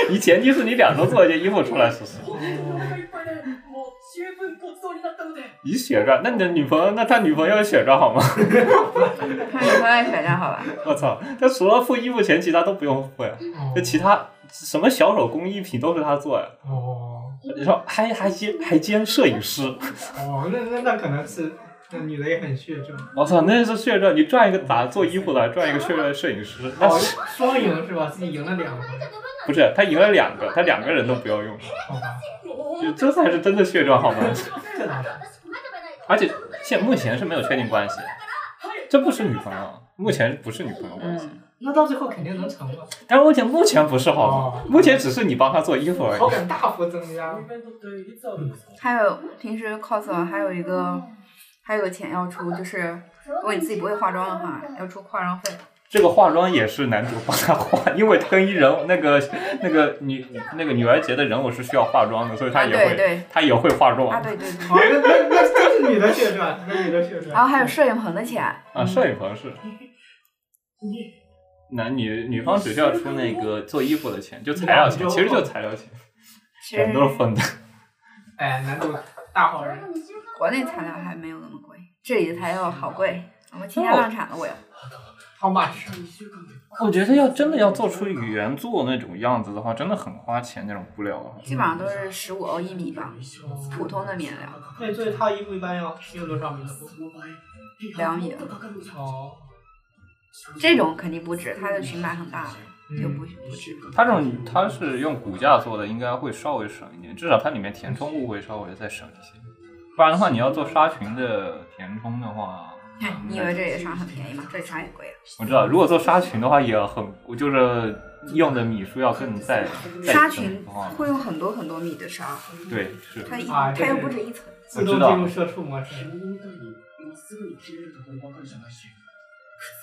C: 你前提是你两周做一件衣服出来试试。
G: 本当にお腹いっぱいでもう十分ごちそうになったので
C: 你血赚，那你的女朋友，那他女朋友血赚好吗？
A: 看女朋友选项好吧？
C: 我操，他除了付衣服钱，其他都不用付呀。
B: 哦
C: 那其他什么小手工艺品都是他做呀。
B: 哦
C: 你说还还兼还兼摄影师，
B: 哦，那那那可能是那女的也很血赚，
C: 我操，那是血赚！你赚一个打做衣服的，赚一个血赚摄影师，那
B: 哦
C: 是，
B: 双赢是吧？自己赢了两个，
C: 不是他赢了两个，他两个人都不要用，
A: 哦
B: 好吧？
C: 就这才是真的血赚好吗？
B: 这哪是？
C: 而且现目前是没有确定关系，这不是女朋友，目前不是女朋友关系，
A: 嗯，
B: 那到最后肯定能成吧？
C: 但是目前目前不是好吗？
B: 哦，
C: 目前只是你帮他做衣服而
A: 哦
C: 已
B: 好。感大幅增加
G: お。イベントっていつあるんですか
A: 还有平时 cos 完还有一个，还有个钱要出，就是如果你自己不会化妆的话，要出化妆费。
C: 这个化妆也是男主帮他化，因为更衣人偶那个那个女那个女儿节的人偶是需要化妆的，所以他
A: 啊，
C: 也会、
A: 对对，
C: 他也会化妆
A: 啊对对对。
B: 好，那那那真是女的血赚，那女的血赚。
A: 然后还有摄影棚的钱，
C: 啊，摄影棚 是。男女女方只需要出那个做衣服的钱，就材料 钱，其实就材料钱，
A: 其实
C: 人都是分的。
B: 哎，男主大好人，
A: 国内材料还没有那么贵，这里的材料好贵。我们倾家荡产了，我要。
B: 好马士。
G: 一週間で
C: 我觉得要真的要做出原作那种样子的话，真的很花钱，那种啊布料的话。
A: 基本上都是十五欧一米吧，普通的面料。
B: 那做一套衣服一般要用多少米布？
G: その場合
A: 两米
G: かかるのじゃ
B: 哦，
A: 这种肯定不止，它的裙摆很大的，就不
B: 嗯，
A: 不止。
C: 它这种它是用骨架做的，应该会稍微省一点，至少它里面填充物会稍微再省一些。不然的话，你要做纱裙的填充的 话，
A: 哎你以为这里的纱很便宜吗？这里纱也贵啊。
C: 我知道，如果做纱裙的话也很，我就是用的米数要更再再
A: 纱
C: 更
A: 裙
C: 多啊
A: 会用很多很多米的纱，
C: 对是。
A: 它一
B: 啊
A: 它又不止一层。
B: 自动进入社畜模
G: 着
B: 式。
G: 獣みたいにまっすぐに切れるところばかりじゃないし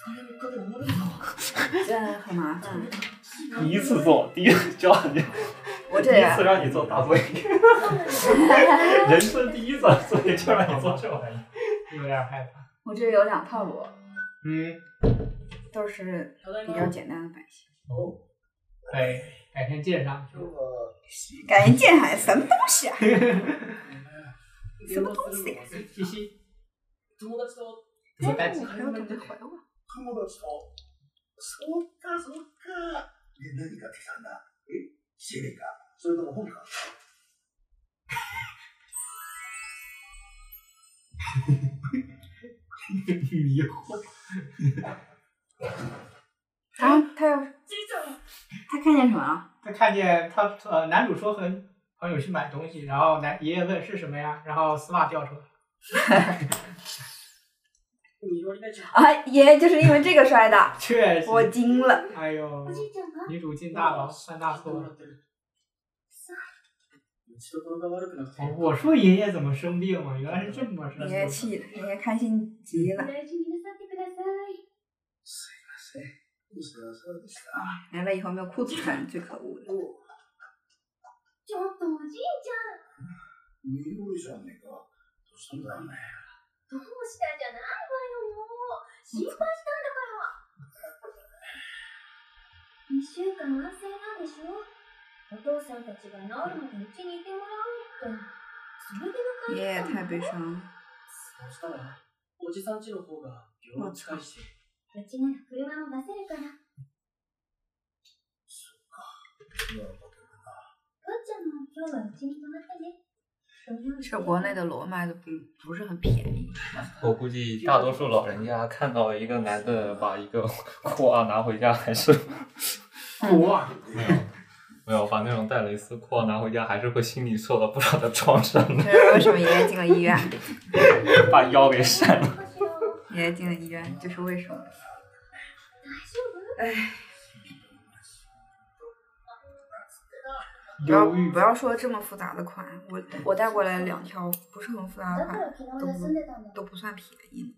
G: 2日や3日で終わるのか
A: 真的很麻烦。
C: 第一次做，第一次教你，
A: 我这
C: 第一次
A: 里
C: 让你做大作业， 人生第一次 作业就让你做这玩意儿。
B: 有点害怕。
A: 我这里有两套罗，
B: 嗯，
A: 都是比较简单的版型。
B: 可以，改天见上。
A: 感应剑海什么东西啊？
G: 電話するの忘れて
B: 嘻嘻，
G: 友達と
B: 怎么办？
A: 我朋友都没回我。
G: 友達とそっかそっかで何買ってきたんだえシェリかそれとも本か
B: 迷惑。
A: 啊，他要他看见什么啊了？
B: 他看见他呃，男主说和朋友去买东西，然后男爷爷问是什么呀，然后丝袜掉出来。
G: に言われないじゃん
A: 啊，爷爷就是因为这个摔的，
B: 确
A: 我
B: 实，
A: 惊了。
B: 哎呦
F: お，じいちゃんが
B: 女主进大牢犯大错了。
D: ちところが悪くなって。
B: 哦我说爷爷怎么生病了？原来是这么事儿。
A: 爷爷气的，爷爷开心极了。
F: 大事になさってください。
G: すいません。お世話様でした。
A: 啊来了以后没有裤子穿，最可恶的。
E: ちょっとおじいちゃん
G: ミオリじゃねえか。どうしたんだよね。
E: どうしたじゃないわよもう心配したんだから
F: 2週間安静なんでしょお父さんたちが治るまでうちにいてもらおうって。
E: それで
A: 爷爷
E: 迎えたの
A: 太悲伤了。
D: そうしたら、おじさん家の方が病院近いし、
F: うちなら車も出せるから。
G: 今は
F: かっちゃんも今日はうちに泊まってね。
A: 这国内的楼卖的不不是很便宜，
C: 我估计大多数老人家看到一个男的把一个裤袜拿回家，还是
B: 苦啊！
C: 没有没有把那种带蕾丝裤袜拿回家，还是会心里受到不少的创伤
A: 这
C: 的，
A: 是为什么爷爷进了医院？
C: 把腰给闪 了。
A: 爷爷进了医院就是为什么？不要
B: 忧郁
A: 不要说这么复杂的款，我我带过来两条不是很复杂的
F: だから
A: 款，
F: 昨日休んでたんだ。
A: 都不算便宜，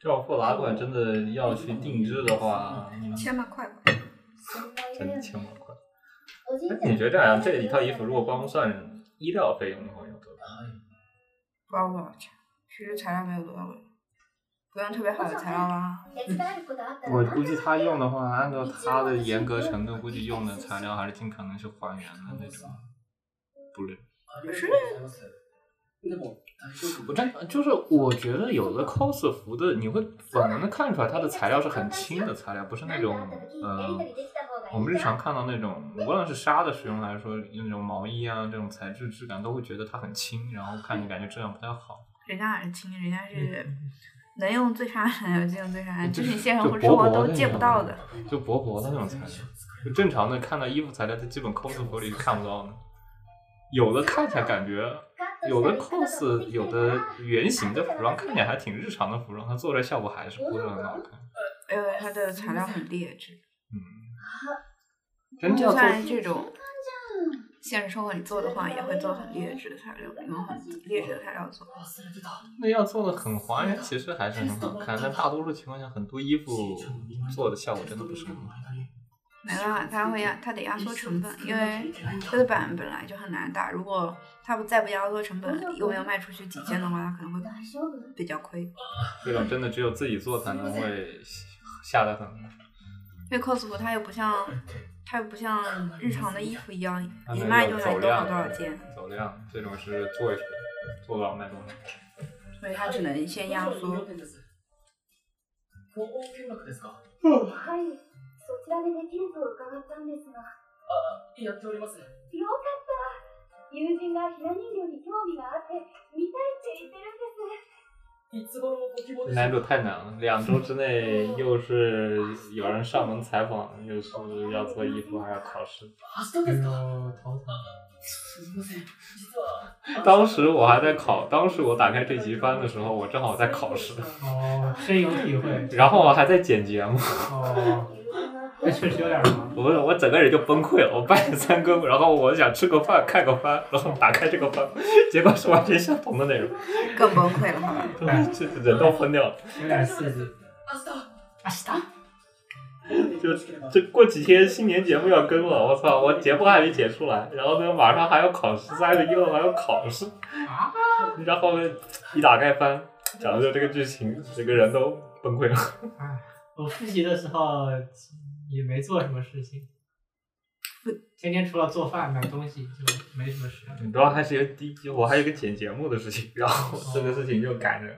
C: 这要不拉管真的要去定制 的话，
A: 千把块吧。
F: 心配だ
C: 真
F: よ
C: 的。千万块。
F: おじいちゃん
C: 那。你觉得这样，这一套衣服如果光算医疗费用的话，要多少？
A: 不知道多少钱，其实材料没有多少问题，不用特别好的材料啦。
F: 手伝えることあったら
C: 我估计他用的话，按照他的严格程度，估计用的材料还是尽可能是还原的那种布料。
D: ありがとうございます。でも、大丈夫
C: 我真就是我觉得有的 cos 服的，你会本能的看出来它的材料是很轻的材料，不是那种呃我们日常看到那种，无论是纱的使用来说，那种毛衣啊这种材质质感，都会觉得它很轻，然后看着感觉质量不太好。
A: 人家哪是轻，人家是
C: 嗯
A: 能用最杀能用最杀，就是你现实
C: 就
A: 或者
C: 薄
A: 生活
C: 薄
A: 都
C: 的
A: 借
C: 那
A: 不
C: 种
A: 到的。
C: 就薄薄的那种材料，就正常的看到衣服材料，它基本 cos 服里是看不到的。有的看起来感觉，有的 cos 有的圆形的服装看起来还挺日常的服装，它做出来效果还是不会很好看。
A: 因为哎它的材料很劣质，
C: 嗯，真
A: 嗯
C: 正
A: 就
C: 要做
A: 算这种现实生活里做的话，也会做很劣质的材料，用很劣质的材料做。
D: 忘れてた。
C: 那要做的很还原，其实还是很好看，但大多数情况下，很多衣服做的效果真的不是很好。
A: 没办法，它会压，它得压缩成本，因为它的版本来就很难打。如果它不再不压缩成本，又没有卖出去几千的话，它可能会
F: 大丈夫
A: 比较亏。
C: 这种真的只有自己做才能会下得很。
A: 因为 cos 服它又不像，它又不像日常的衣服一样，
C: 它
A: 一
C: 啊那
A: 卖就
C: 个
A: 卖
C: 走
A: 多少
C: 量
A: 多少件，，
C: 走量这种是做一出做不了卖多少。
A: 所以它只能先压缩。
D: 高校見学ですか
B: 哦
F: はい。そちらでできると伺ったんですが。
D: やっております。
F: よかった。友人がひな人形に興味があって、見たいって言ってるんです。
D: いつ頃ご希望でしょ
C: 男
D: う
C: 主太难了，两周之内又是有人上门采访，又是要做衣服，还要考试。
D: 明日です
B: 嗯
D: か
B: 头疼。
D: すみません。実は、
C: 当时我还在考，当时我打开这集翻的时候，我正好在考试，
B: 哦，深有体会。
C: 然后我还在剪节目，
B: 哦，那确实有点忙。
C: 我我整个人就崩溃了，我半夜三更，然后我想吃个饭看个番，然后打开这个番， 结果是完全相同的内容，
A: 更崩溃了，好吧？
C: 这人都疯掉了。
B: 有点刺激。
C: 就这过几天新年节目要更了，我操，我节目还没剪出来，然后呢马上还要考试，三十一号还要考试，
B: 啊！
C: 然后一打开翻，讲的就是这个剧情，整个人都崩溃了。
B: 我复习的时候也没做什么事情，天天除了做饭买东西就没什么事。
C: 主要还是有第一集，我还有一个剪节目的事情，然后这个事情就赶着，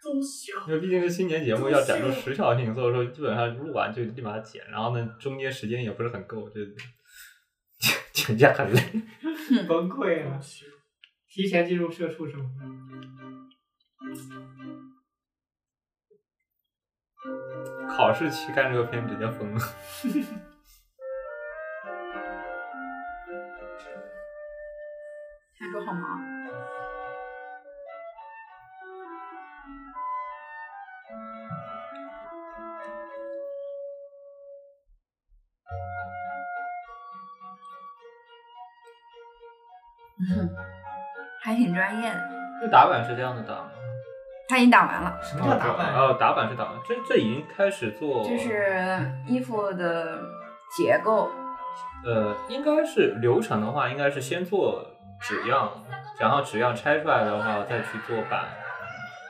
D: どうしよ
C: 因为毕竟是新年节目要讲究时效性，所以说基本上录完就立马剪，然后呢中间时间也不是很够，就 请假很累。
B: 崩溃了，提前进入社畜生活。
C: 考试期看这个片直接疯了。
A: 他说好忙， 还挺专业的。
C: 这打板是这样的打吗？
A: 他已经打完了，
B: 什么叫打板？
C: 哦，打板是打板，这这已经开始做，
A: 就是衣服的结构，
C: 呃，应该是流程的话，应该是先做纸样，然后纸样拆出来的话，再去做板，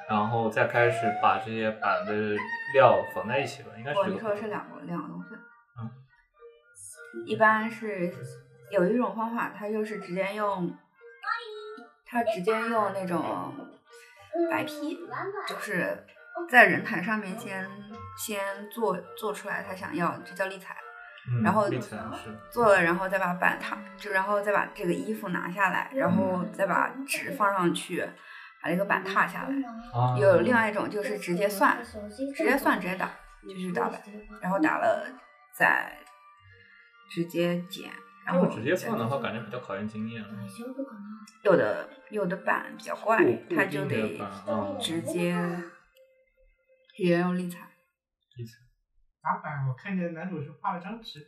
C: 然后再开始把这些板的料缝在一起吧，应该是
A: 我
C: 这
A: 哦你
C: 个
A: 说
C: 过
A: 的
C: 程。
A: 是两个两个东西
C: 嗯。
A: 一般是有一种方法，它就是直接用，它直接用那种白坯，就是在人台上面先先做做出来他想要，这叫立裁。
C: 嗯
A: 然后
C: 立裁是
A: 做了，然后再把板烫，就然后再把这个衣服拿下来，然后再把纸放上去，把这个板踏下来。
C: 啊，
A: 有另外一种就是直接算，直接算直接打，就是打板，然 后打了再直接剪，然
C: 如
A: 后
C: 嗯果直接算的话，感觉比较考验经验了。
A: 有的有的板比较怪
C: 固，固
A: 它就
C: 定的
A: 得
C: 板啊，
A: 直接直接用立裁。
C: 立裁
B: 打板，我看见男主是画了张纸，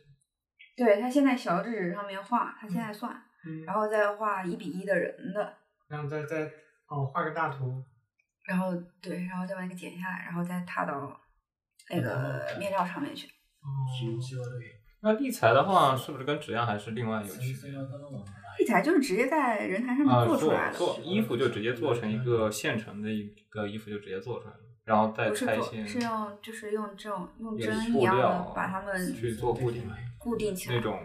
A: 对他现在小指上面画，他现在算，
B: 嗯
A: 然后再画一比一的人的，
B: 然后再再哦画个大图，
A: 然后对，然后再把那个剪下来，然后再踏到那
C: 嗯
A: 个面料上面去。
B: 哦，
C: 那立裁的话，是不是跟质量还是另外有区别？
A: 立裁就是直接在人台上
C: 啊，
A: 面
C: 做
A: 嗯做出来的，
C: 做衣服就直接做成一个现成的一个衣服就直接做出来了，然后再
A: 不是
C: 拆线
A: 做，是用就是用这种用
C: 也
A: 针
C: 布
A: 一样
C: 料
A: 的把它们
C: 去做固定
A: 固定起来。
C: 那种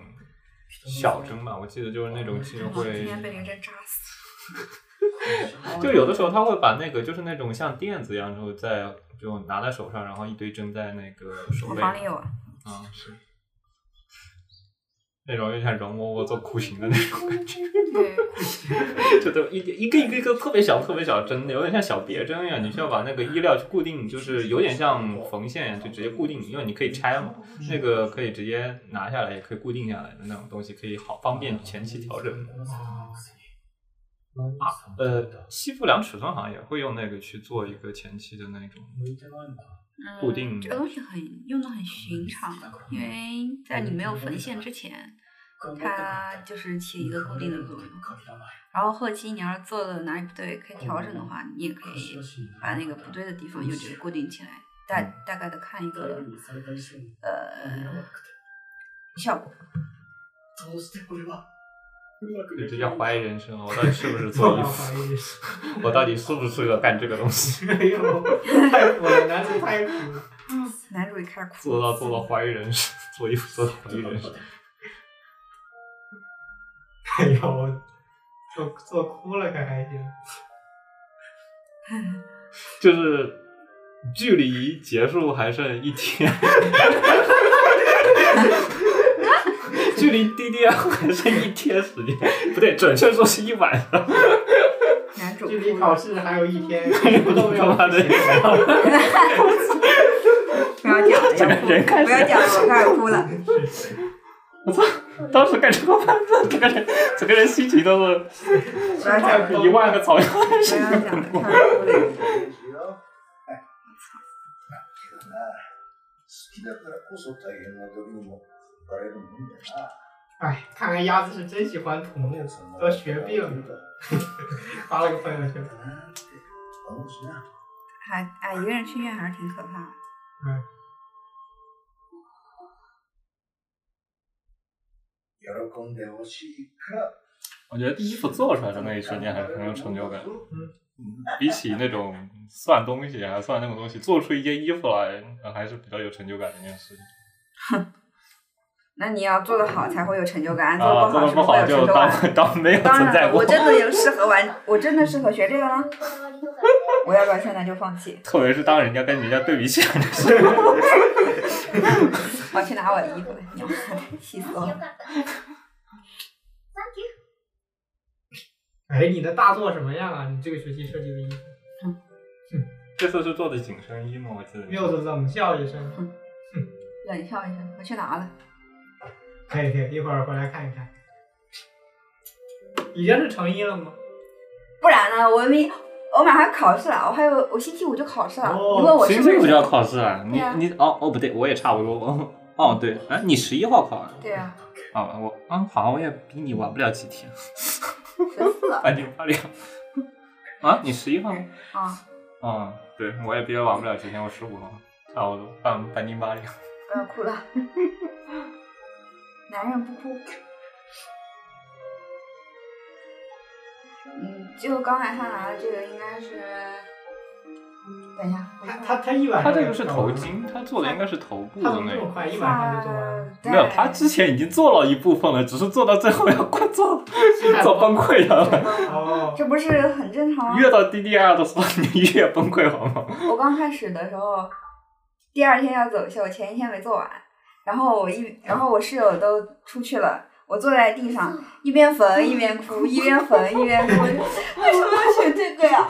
C: 小针吧，我记得就是那种其实
A: 我今
C: 会，
A: 天哦被那个针扎死。
C: 就有的时候他会把那个就是那种像垫子一样，之后再就拿在手上，然后一堆针在那个手
A: 我
C: 背
A: 房里有啊，
C: 啊，是那种有点像容嬷嬷做酷刑的那种感觉。
A: 对，
C: 就都一一个一个一个特别小特别小针，有点像小别针一样，你需要把那个衣料去固定，就是有点像缝线一样，就直接固定，因为你可以拆嘛，那个可以直接拿下来，也可以固定下来的那种东西，可以好方便前期调整。
D: 嗯
C: 呃，西服量尺寸好像也会用那个去做一个前期的那种，
A: 嗯
C: 固定
A: 这个东西很用的很寻常，因为在你没有缝线之前，它就是起一个固定的作用。然后后期你要是做的哪里不对，可以调整的话，你也可以把那个不对的地方又这个固定起来，大
C: 嗯
A: 大概的看一个呃效果。
D: どうしてこれは
C: 就直接怀疑人生了，我到底是不是做衣服，
B: 服。
C: 我到底适不适合干这个东 西，
B: 哎呦，太苦了，男主太苦了。
A: 男主一开始哭，
C: 做到做到怀疑人生，做衣服做到怀疑人生。
B: 哎 呦，做做哭了可还行。
C: 就是距离结束还剩一天， 距离 DDL 还剩一天时间，不对，准确说是一晚上。
A: 男主
B: 距离
A: 哭
B: 考
A: 了，
B: 试还有一 天，什么都没有
C: 他妈的，
A: 不要 讲了，要
C: 整个人
A: 哭，
C: 开
A: 不要
C: 始，
A: 讲了，我开始哭了。
C: 当时感觉我妈的整个人整个人心情都是
A: 不要讲 了，
C: 一万个草原。
A: 不要讲了，开始哭了。
G: きだからこそ大変な時にもバレるもんだな。
B: 哎，看来鸭子是真喜欢土木，都学病了。发了个朋友圈，
A: 还哎，一个人去医院还是挺可怕的。
G: 喜んでほしいか。
C: 我觉得衣服做出来的那一瞬间还是很有成就感。嗯比起那种算东西还算那种东西，做出一件衣服来呃还是比较有成就感的一件事情。
A: 那你要做得好才会有成就感，
C: 啊，做
A: 得
C: 的不
A: 不好
C: 好
A: 是不
C: 就
A: 会有成就感。
C: 当 当没 有
A: 当
C: 存在
A: 然，
C: 过
A: 我。真 的有适合玩，我真的适合学这个吗？ 我要不然现在就放弃，
C: 特别是当人家跟人家对 比起来的时候，
A: 我去拿我的衣服来，你们气死我！了。
B: 哎，你的大作什么样啊？你这个学期设计的衣 服，
C: 这次是做的紧身衣吗？我记得
B: 缪子冷笑一声。
A: 冷笑一声，我去拿了。
B: 可以可以，一会儿回来看一看。已经是成衣了吗？
A: 不然呢？我明我马上考试了，我还有我星期五就考试了。
B: 哦
A: 你问我是
C: 星
A: 不
C: 期
A: 是
C: 五就要考试了，
A: 对
C: 你
A: 啊
C: 你哦哦不对，我也差不多。哦对，哎，你十一号考啊？
A: 对啊，
C: 啊我啊好，我也比你晚不了几天。
A: 十四
C: 八零八零。 啊，你十一号吗？
A: 啊，
C: 嗯，对，我也比较晚不了几天，我十五号，差不多半半斤八两。
A: 不要哭了，男人不哭。嗯，就刚才他拿的这个应该是，等一下，我
B: 他
A: 看看
B: 他他一晚
C: 他
B: 上
C: 这个是
B: 搞
C: 头
B: 完了，
C: 巾，他做的应该是头部
B: 他
C: 的
B: 怎么
C: 那
B: 这么
C: 个。
B: 快一晚上就做完了？
A: 发带
C: 没有，他之前已经做了一部分了，只是做到最后要快做，做崩溃了。
B: 哦，
A: 这不是很正常吗？
C: 越到 DDR 的时候，你越崩溃好吗？
A: 我刚开始的时候，第二天要走秀，我前一天没做完，然后我一，然后我室友都出去了，我坐在地上一边缝一边哭，一边缝一边哭， 为什么要选这个呀？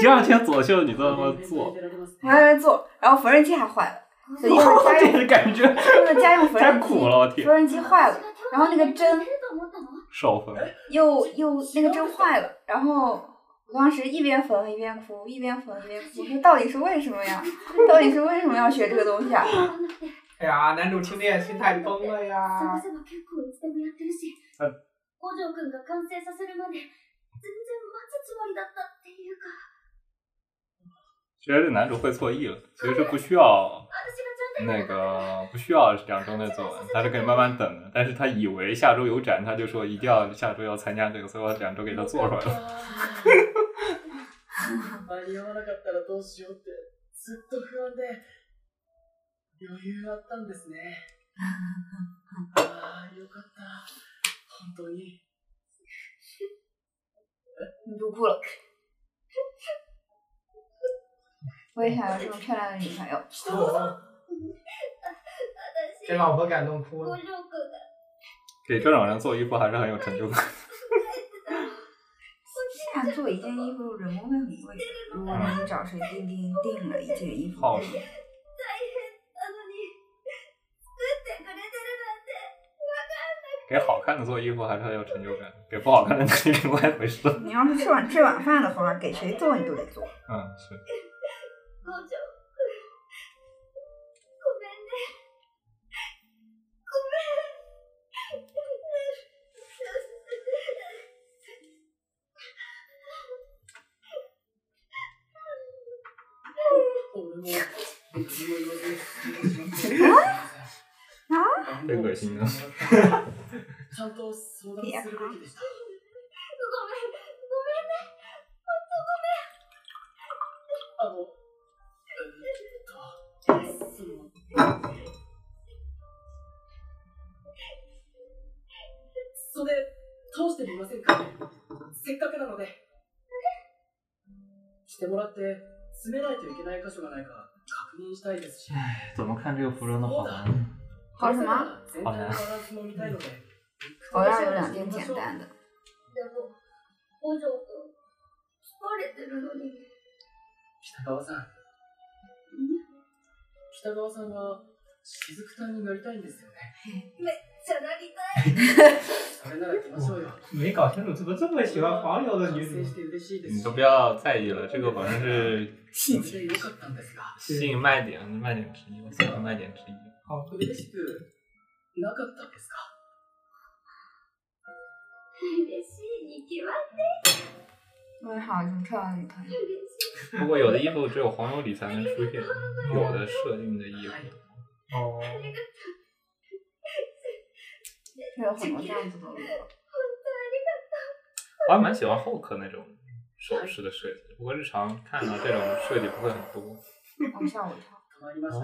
C: 第二天左秀，你知道吗？做，
A: 我还在做，然后缝纫机还坏了，就因为
C: 我
A: 家用
C: 这感觉
A: 用的家用缝
C: 太
A: 纫
C: 苦
A: 机，
C: 了，我天，
A: 缝纫机坏了，然后那个针
C: 少分。
A: 又又那个针坏了，然后。我当时一边缝一边哭，一边缝一边哭，说到底是为什么呀？ 到底是为什么要学这个东西
C: 嗯
A: 啊？
B: 哎呀，男主青恋心态崩了呀！
F: 様々結構いつでもやってるし、
C: あ
F: 五条くんが完成させるまで全然待つつもりだったっていうか、
C: 觉得这男主会错意了，其实是不需要
F: 私がち
C: 那个不需要两周内做完，他是可以慢慢等的。但是他以为下周有展，他就说一定要下周要参加这个，所以我两周给他做出来了。
D: 間に合わなかったらどうしようってずっと不安で余裕あったんですねああよかった本当に
A: 你就哭了。我也想要这么漂亮的女朋友。
B: 哦给
F: ゃんと私、
B: 老婆感动哭
F: 五
B: 了。
F: 条くんが
C: 给这种人做衣服还是很有成就感。
A: 现在做一件衣服人工费很贵，如果你找谁订订订了一件衣服，
C: 耗时
F: なのに、作ってくれてるなんて。
C: 给好看的做衣服还是很有成就感，给不好看的那是另外一回事。
A: 你要是吃晚吃晚饭的话，给谁做你都得做。
C: 嗯，是。
F: 五条くん、ごめんね。ごめん。
C: 太恶
D: 俺も自分の
C: 心了。
D: ちゃんと相談するべきでした
F: ごめん。
D: あのえーっとそのそれ通してみませんかせっかくなのでしてもらって詰めないといけない箇所がないか確認したいですし
C: 怎么看这个服装的好看？
A: 好什么？
D: 全体のバランスも見たいので
A: 我要有两件简单的。
F: でも、五条くん、疲れてるのに。
D: 北川さん北川さんは雫隊になりたいんですよね
F: じゃなりたい。
D: それなら行きましょうよ
B: 没搞清楚怎么这么喜欢黄油的女
D: 完成し
B: 主？
D: て嬉しいです
C: 你都不要在意了，这个反正是
D: それでよかったんですが
C: 吸引卖点，卖点之一，我所有的卖点之一。
B: 好，
D: 嬉しくなかったんですか
F: 嬉しいに決まっ
A: 我也想要这么漂亮的女朋友。
F: 嬉しい。
C: 不过有的衣服只有黄油里才能出现，有的设定的衣服。
B: 哦，
A: 这有很多这样子的路了。
C: 我还蛮喜欢后科那种首饰的设计，不过日常看到这种设计不会很多。
A: 哦，吓我一跳。
D: 止まりました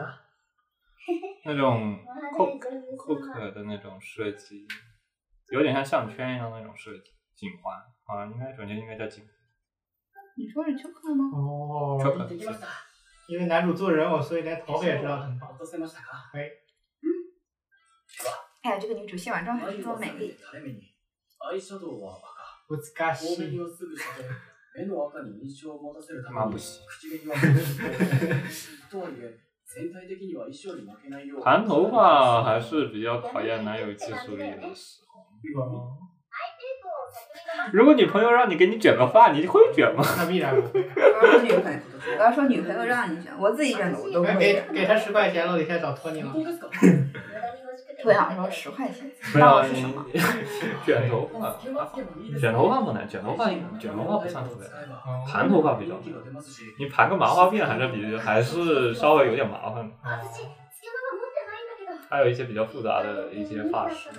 C: 那种
F: まだ
C: Cook
F: 丈夫そうな
C: Cook 的那种设计，有点像项圈一样那种设计，颈环啊，应该准确应该叫颈
A: 你说是秋裤吗？
C: 这
B: 哦，
C: 个
D: 行ってきました
B: 因为男主做人偶，所以连头发也知道很薄
D: 落。とせましたか
A: 哎呀，这个女主卸完妆还
D: 眉
A: 是这
D: 毛
A: 么
D: を下
A: 美
D: げて
A: 丽。
D: 垂れ目にアイシャドウは赤
B: 不つか
D: 多め
B: し
D: に
B: い。
D: をすぐ下げ目の赤に印象を持たせるた
C: まあ
D: めに
C: 無視
D: 口紅は薄くとはいえ全体的には衣装に負けないよう
C: 盘头发还是比较考验男友技术力的时候。
B: 哦，
C: 如果女朋友让你给你卷个发，你会卷 吗？
B: 那必然不会。
A: 我要说女朋友，我要说女朋友让你选，我自己选的我都不
B: 哎
A: 会
B: 给
A: 选。
B: 给他十块钱了，我得下找托尼了
D: 本。当ですか
F: 無駄に欲しく
A: 特别想说十块钱，
C: 不
A: 那
C: 要
A: 我是什么？
C: 卷头发，卷头发不难，卷头发卷头发不算特别难，盘头发比较难。你盘个麻花辫还是比还是稍微有点麻烦的，
B: 哦
F: 私、隙間が持ってないんだけど。
C: 还有一些比较复杂的一些发饰。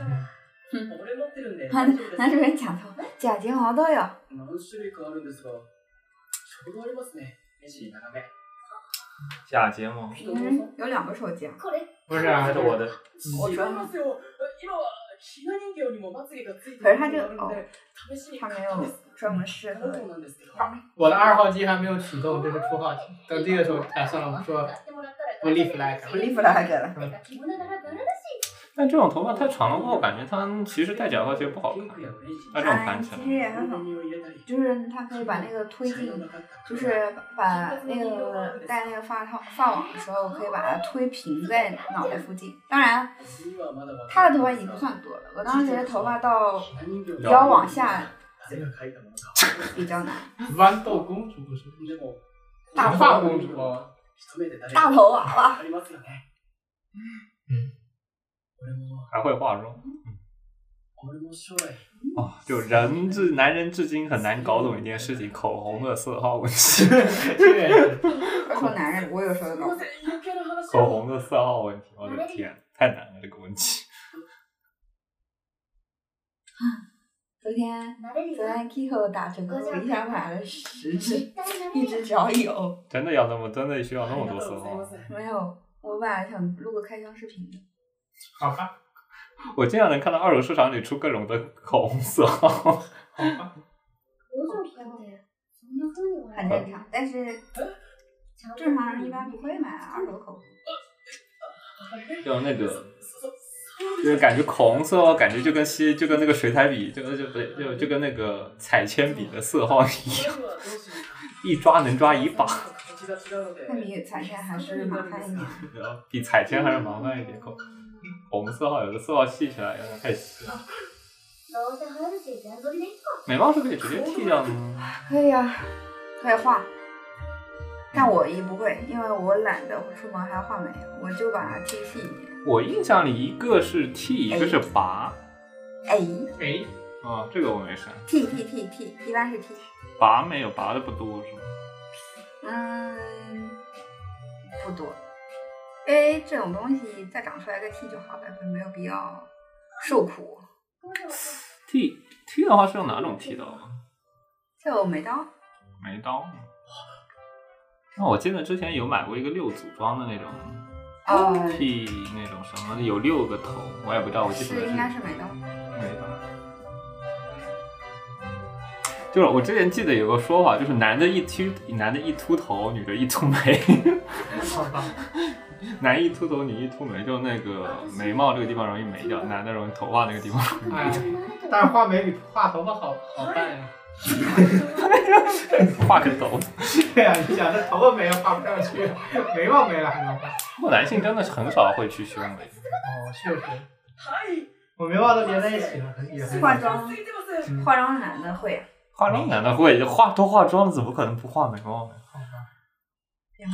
A: 男男主人讲头，假睫毛都有。
D: 何種類かあるんですが、ちょうどありますね。27長め。
C: 假睫毛
A: 男人有两个手机啊，
F: これ。
B: 不是
C: 还
B: 啊
C: 是，我的，
A: 我说
D: 違いますよ。今はひな人形にもまつげがついて
A: 可是他就
D: るのがあるの
A: 哦
D: で、試しに
A: 他
D: 買っ
A: 没
D: たん
A: 有
D: です。
A: 专门适合
D: そうなんですけど。あ
B: 我的二号机还没有启动，这是初号机。等这个时候，哎，算了，我们说我立 flag 了
A: 我立 flag 了
B: 嗯
F: 着物ならバラだし。
C: 但这种头发太长的话，我感觉它其实戴假发其实不好
D: ピ
C: 看
D: ン。クやオレンジ
C: 那这种
A: 哎，
C: 盘起
A: 其实
C: 来，
A: 也很好，
D: に色を入れたり、
A: 就是他可以把那个推进，就是把那个戴那个发套发网的时候，可以把它推平在脑袋附近。当然，
D: 私にはまだわ
A: 他
D: から
A: 的
D: ない
A: 头发已
D: んです
A: 经不
D: が
A: 算多了，我当时觉得头发到
D: ひな人形
A: 腰往下
D: 誰が描いたものか。
A: 比较难，
B: 豌豆公主不是？
D: でも、
A: 大
B: 发公主哦
D: 一目で誰
A: 大头娃娃。
D: ありますよね。
B: 嗯。
D: 俺も、
C: 还会化妆
D: 俺も将来、
C: 哦。就人至男人至今很难搞懂一件事情，口红的色号问题，
B: 确实，
A: 我说男 人，我有时候搞不懂。
D: せん、余計な話
C: 口红的色号问题，我的天，太难了这个问题。
A: 昨天
F: 慣れる
A: 昨
F: よ。
A: 天 Kiko 打折，我一下买了十只，
F: 絶対慣れ
A: 一
F: るよ
A: 只。只要有。
C: 真的要那么，真的需要那
D: あ
C: 么
D: りが
C: 多
D: と
C: 色
D: うござい
C: 号
D: ま
C: 吗？
D: す。
A: 没有，我本来想录个开箱视频的。
B: 好吧，
C: 我经常能看到二手市场里出各种的口红色号。
B: 好吧，
F: 工場来って、そんな風に
A: 很
F: 笑
A: 正常，但是正常人一般不会买啊二手口红。
C: 就那个，
D: そ
C: 就是感觉口红色号，感觉就跟吸，就跟那个水彩笔，就就不就就跟那个彩铅笔的色号一样，
D: そはどうしようか
C: 一抓能抓一把，
D: 形が違うので
A: 那比彩线还是麻烦一点。
C: 然后比彩铅还是麻烦一点。口口红色号有的色号细起来有点太细了。
F: どうせ入るし、段取りでいいか。
C: 美貌是可以直接剃掉的吗？
A: 可以啊，可以画，但我一不会，因为我懒得出门还画眉，我就把它剃细一点。
C: 我印象里一个是剃，一个是拔。
A: 哎，
B: 哎，
C: 啊、这个我没删。
A: 剃剃剃剃，一般是剃。
C: 拔没有，拔的不多是吗？
A: 嗯，不多，因为这种东西再长出来个剃就好了，没有必要受苦。
C: 剃剃的话是用哪种剃刀啊？
A: 像我没刀，
C: 没刀吗？那我记得之前有买过一个六组装的那种啊
A: 呃，
C: 剃那种什么，有六个头，我也不知道，我记得
A: 是应该是没刀。
C: 没刀。就是我之前记得有个说法，就是男的一秃，男的一秃头，女的一秃眉，
B: 好吧，
C: 男一秃头，女一秃眉，就那个眉毛这个地方容易没掉，男的容易头发那个地方 容易
B: 哎
C: 没掉，
B: 但是画眉比画头发好好办呀。
C: 画个头。
B: 对呀，你想这头发没了画不上去，眉毛没了还能画？
C: 不过男性真的是很少会去修眉，
B: 哦，确实，
D: はい、
B: 我眉毛都连在一起了，很也很
A: 化妆
D: ついてます。
B: 嗯
A: 化妆男的会啊，
C: 化妆男的会化都化妆了，怎么可能不画眉毛呢？啊
A: 别化。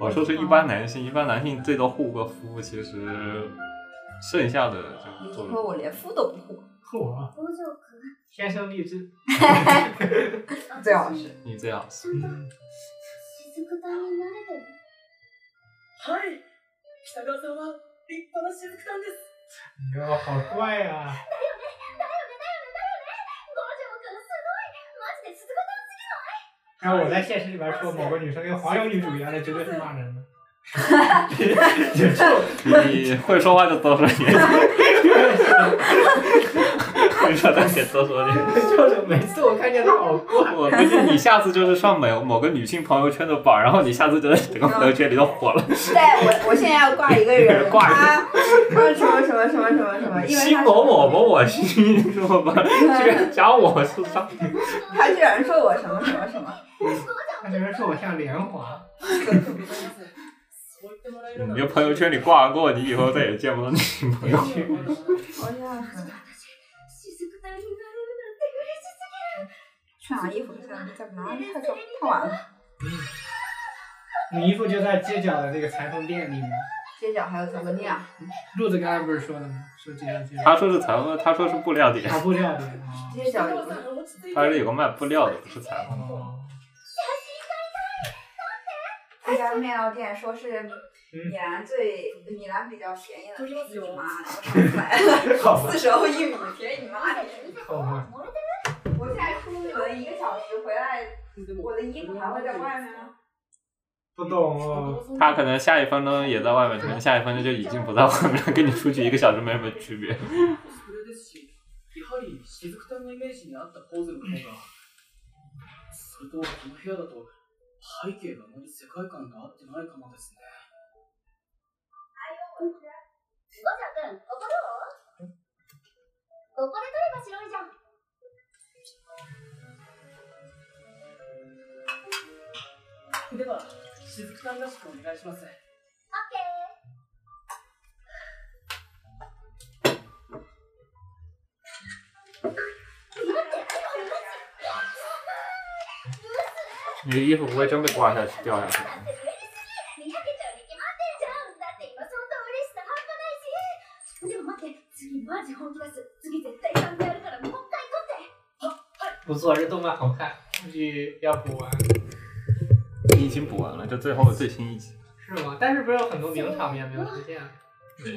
C: 我哦说是一般男性，一般男性最多护个肤，其实剩下的就
A: 你
C: 做
A: 说我连肤都不护，
B: 酷，
F: 工場くん。
B: 天生丽质。
A: 最好 是。
C: 你这样说。
B: 嗯，
F: 雫くんに慣れてる。
D: はい、北川さんは立派な雫さんです。
B: 你眉毛好怪
F: 工
B: 啊呀！
F: 場くんすごい。マジで雫くん
B: 然后我在现实里边说某个女生跟黄油女主一样的，绝对是骂人的。
C: 你会说话就多说点， 会说的也多说点。
B: 就是每次我看见她好怪，
C: 我估计你下次就是上某某个女性朋友圈的榜，然后你下次就在整个朋友圈里都火了。
A: 对，我我现在要挂一个人，
C: 挂人
A: 他他什么什么什么什么什么，因为
C: 新
A: 他
C: 某某某某新什么吧，居然讲我是上。
A: 他居然说我什么什么什么，
B: 她居然说我像莲花，
D: そう言ってもらえる
C: 你
D: な
C: 就朋友圈里挂过，你以后再也见不到女性朋友。
A: 我要是
F: 雫くんに慣れるなんて
A: 去拿衣服去了，再不拿太重太晚了。
B: 你衣服就在街角的这个裁缝店里面。
A: 街角还有巧克力啊，
B: 路子刚才不是说了吗？说这样这样。
C: 他说是裁缝，他说是布料店，
B: 跑步料理 啊。
A: 街角有个
C: 他是有个卖布料的，不是裁缝。
B: 哦
A: 那家面料店，说是米兰最米兰比较便宜的，便宜你妈的，我上次买了四十欧一米，便宜你妈的！
B: 好吧。
A: 我现在出门一个小时回来，我的衣服还会在外面吗？
B: 不懂哦。
C: 他可能下一分钟也在外面，可能下一分钟就已经不在外面了，跟你出去一个小时没什么区别。
D: それですしやはり雫たんのイメージに合ったポーズの方がそれとこの部屋だと背景があまり世界観と合ってないかもですね
E: ゴジャ君、ここどうここで撮れば白いじゃん。
D: では雫たんらしくお願いします
E: オッケー。
C: 你的衣服不会真被刮下去掉下去？
E: だって嬉しい。三宅長に決まってるじゃん。だって今相当嬉しさ半端ないし。でも待って、次マジ本気出す。次絶対ちゃんとやるからもう一回撮って。
B: 不错，这动漫好看，估计要补完
C: 你已经补完了，这最后最新一集。
B: 是吗？但是不是有很多名场面没有出现啊？
C: 没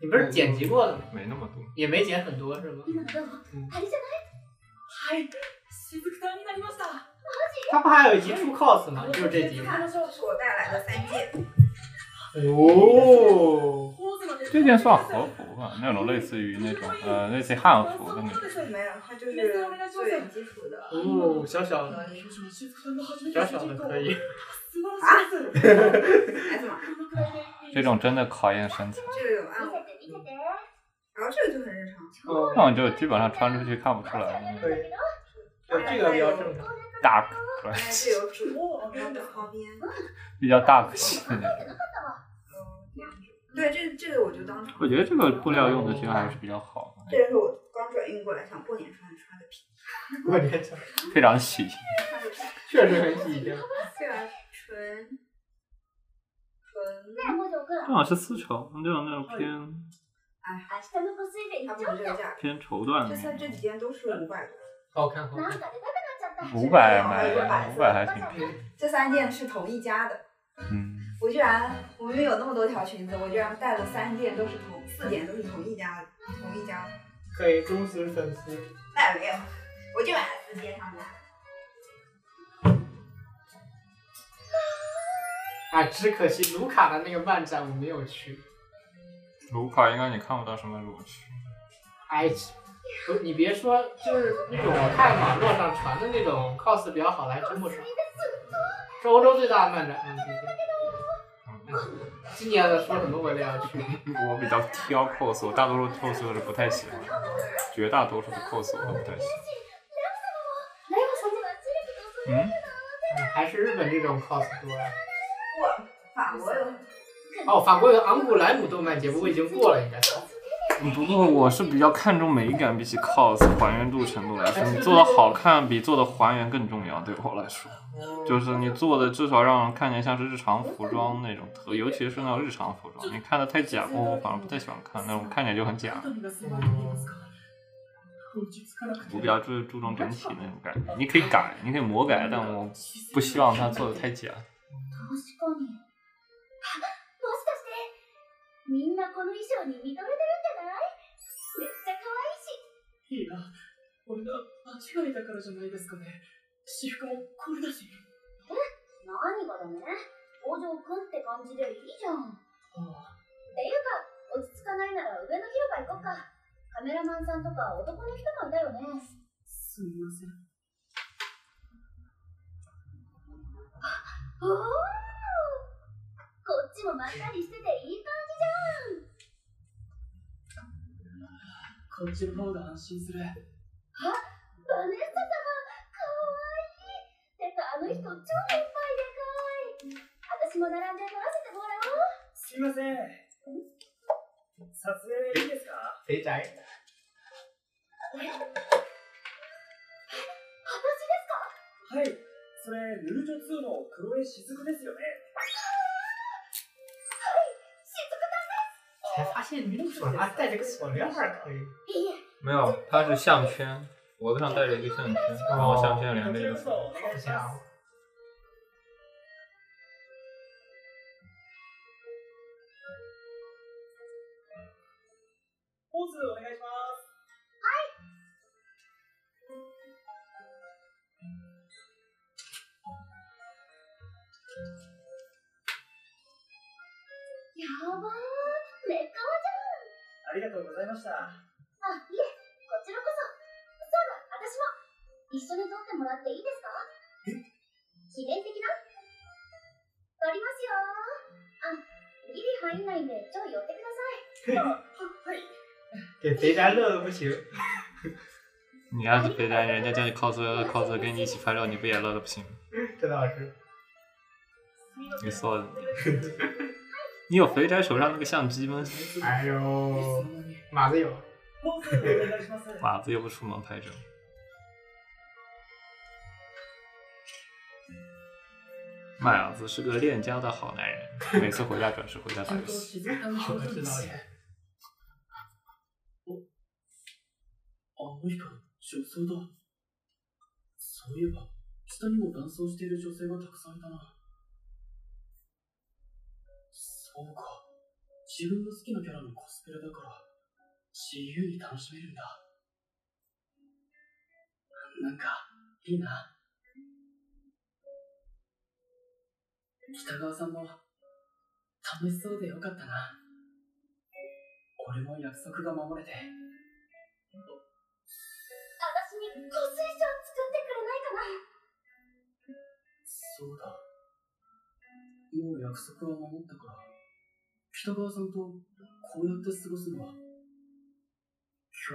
B: 你不是剪辑过的吗？
C: 没那么多。
B: 也没剪很多是吗？
E: 今のどう
B: うん
E: あれじゃない
D: はい雫たんになりました
B: 他不还有一集出 cos 吗？就是这集吗？
A: 看，这是我带来的三件。
B: 哦，
D: ポーズまで
C: 这件啊算和服吧，那种类似于那种呃类似于汉服的那种。
A: 没有，它就是最基础的。
B: 哦，小小的，
D: もしも雫さんの初めて
B: 小小
D: の主人
B: 的
D: 公
B: 可以。
D: 素晴らしいです
A: ，S 码，
D: このくらいでいい
C: 这种真的考验身材，
A: 这个有暗
E: 見
A: 纹，
E: せて見せて。
A: 然后这个就很日常。
B: 哦
C: 那，种就基本上穿出去看不出来
E: やるん
C: 了，
E: だけど、
B: 对这个比较正常。
C: 大个出来
A: 哎，这 有主播，然后旁边，
C: 比较大个型的那种。
A: 嗯，这样子对，这这个我就当场。
C: 我觉得这个布料用的其实还是比较好的，
A: 这个是我刚转运过来，想过年穿穿个皮，
B: 我这确
C: 非常细。
A: 穿个皮，
B: 实很喜庆。
A: 这个纯纯，
E: ねえ、五条君。
C: 这哦种是丝绸，这种那种偏
E: 明日の湖水弁に
A: 它不
E: ち
A: 是
E: ょっ
A: 哎这个价格，
C: 偏绸缎
A: 这
C: 的嗯
A: 三这
C: 那
A: 几
C: 种。
A: 件都是五百多，
B: 好看好
E: となん
B: 看。
E: か出たくなっちゃった。
C: 五百买五百还挺便宜。
A: 这三件是同一家的。
C: 嗯，
A: 我居然我们有那么多条裙子，我居然带了三件都是同四件都是同一家的，同一家的，
B: 可以忠实粉丝。
A: 那也没有，我就买了四件他们家。
B: 啊，只可惜卢卡的那个漫展我没有去。
C: 卢卡应该你看不到什么乳区。
B: 哎，不，你别说，就是那种我看网络上传的那种 cos 比较好的还真不少。是欧洲最大的漫展，嗯，的确。嗯今年的说什么我也要去。
C: 我比较挑 cos，我大多数 cos 我是不太喜欢，绝大多数的 cos 我都不太喜欢。
E: ライブさんにはチリとする。
C: 嗯，
B: 嗯还是日本这种 cos 多呀。
A: 不，法国有很多
B: 哦，法国有昂古莱姆动漫节，不过已经过了，应该是。
C: 嗯不过我是比较看重美感，比起 cos 还原度程度来说，你做的好看比做的还原更重要，对我来说。就是你做的至少让人看起来像是日常服装那种特，尤其是那种日常服装，你看的太假，我反而不太喜欢看，那种看起来就很假。
D: 肩が狭いと言いますか落ち着かなくて
C: 我比较注注重整体那种感觉，你可以改，你可以魔改，但我不希望它做的太假。
E: 確かに。あ、もしかして、みんなこの衣装に認めてるんじゃないめっちゃ可愛いし。
D: いいな。俺が間違えたからじゃないですかね。私服もこれだし。
E: 何がだね五条くんって感じでいいじゃん。
D: あ
E: っていうか、落ち着かないなら上の広場行こっか。カメラマンさんとか男の人もいたよね。
D: すみません。
E: おおこっちもまったりしてていい感じじゃん
D: こっちの方が安心する。
E: バネッサ様かわいいてかあの人超いっぱいでかわいい私も並んで撮らせてもらおう
D: すみません。撮影いいですか
B: 肥宅。
E: 私ですか
D: はい。それ、ルージョ2の黒江雫ですよね。
E: 静
B: 才发现女主手拿戴着个锁链儿可以。
C: 没有，它是项圈，脖子上戴着一个项圈，然后项圈连着一个锁。
B: 好家伙！
D: ポーズお願いします。
E: やばーめっか
D: あ
E: わじゃん
D: りがとうございました。
E: あ、いえ、こちらこそ。そうだ、私も。一緒に撮ってもらっていいですか記念的な撮りますよあ、ギリ入んないんで、ちょい寄ってください。
B: 给肥宅乐的不行。
C: 你要是别人人家叫你 cos cos 跟你一起拍照，你不也乐得不行吗？
B: 这倒是。
C: 你说的，你有肥宅手上那个相机吗？
B: 哎 呦，马子有。
D: ポーズお願いします。
C: 马子又不出门拍照。马子是个恋家的好男人，每次回家准时回家打游戏。
D: 静かに
B: 好的指导员。
D: あの人、女装だ。そういえば、下にも男装している女性がたくさんいたな。そうか。自分の好きなキャラのコスプレだから、自由に楽しめるんだ。なんか、いいな。北川さんも、楽しそうでよかったな。俺も約束が守れて。
E: 私にご水晶作ってくれないかな
D: そうだ。もう約束は守ったから、北川さんとこうやって過ごすのは、今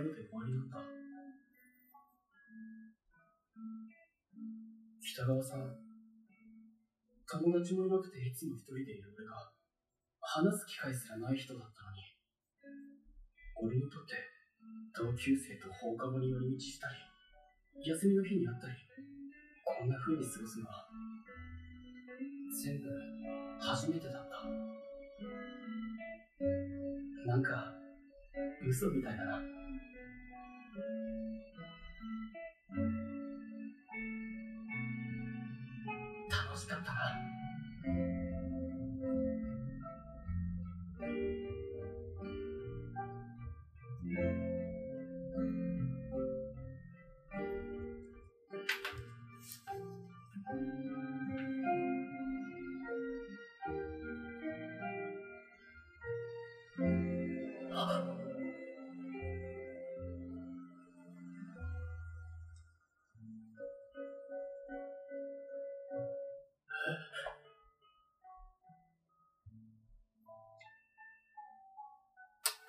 D: 日で終わりなんだ。北川さん、友達もいなくていつも一人でいる俺が、話す機会すらない人だったのに、俺にとって同級生と放課後に寄り道したり、休みの日に会ったり、こんな風に過ごすのは、全部初めてだったなんか嘘みたいだな楽しかったな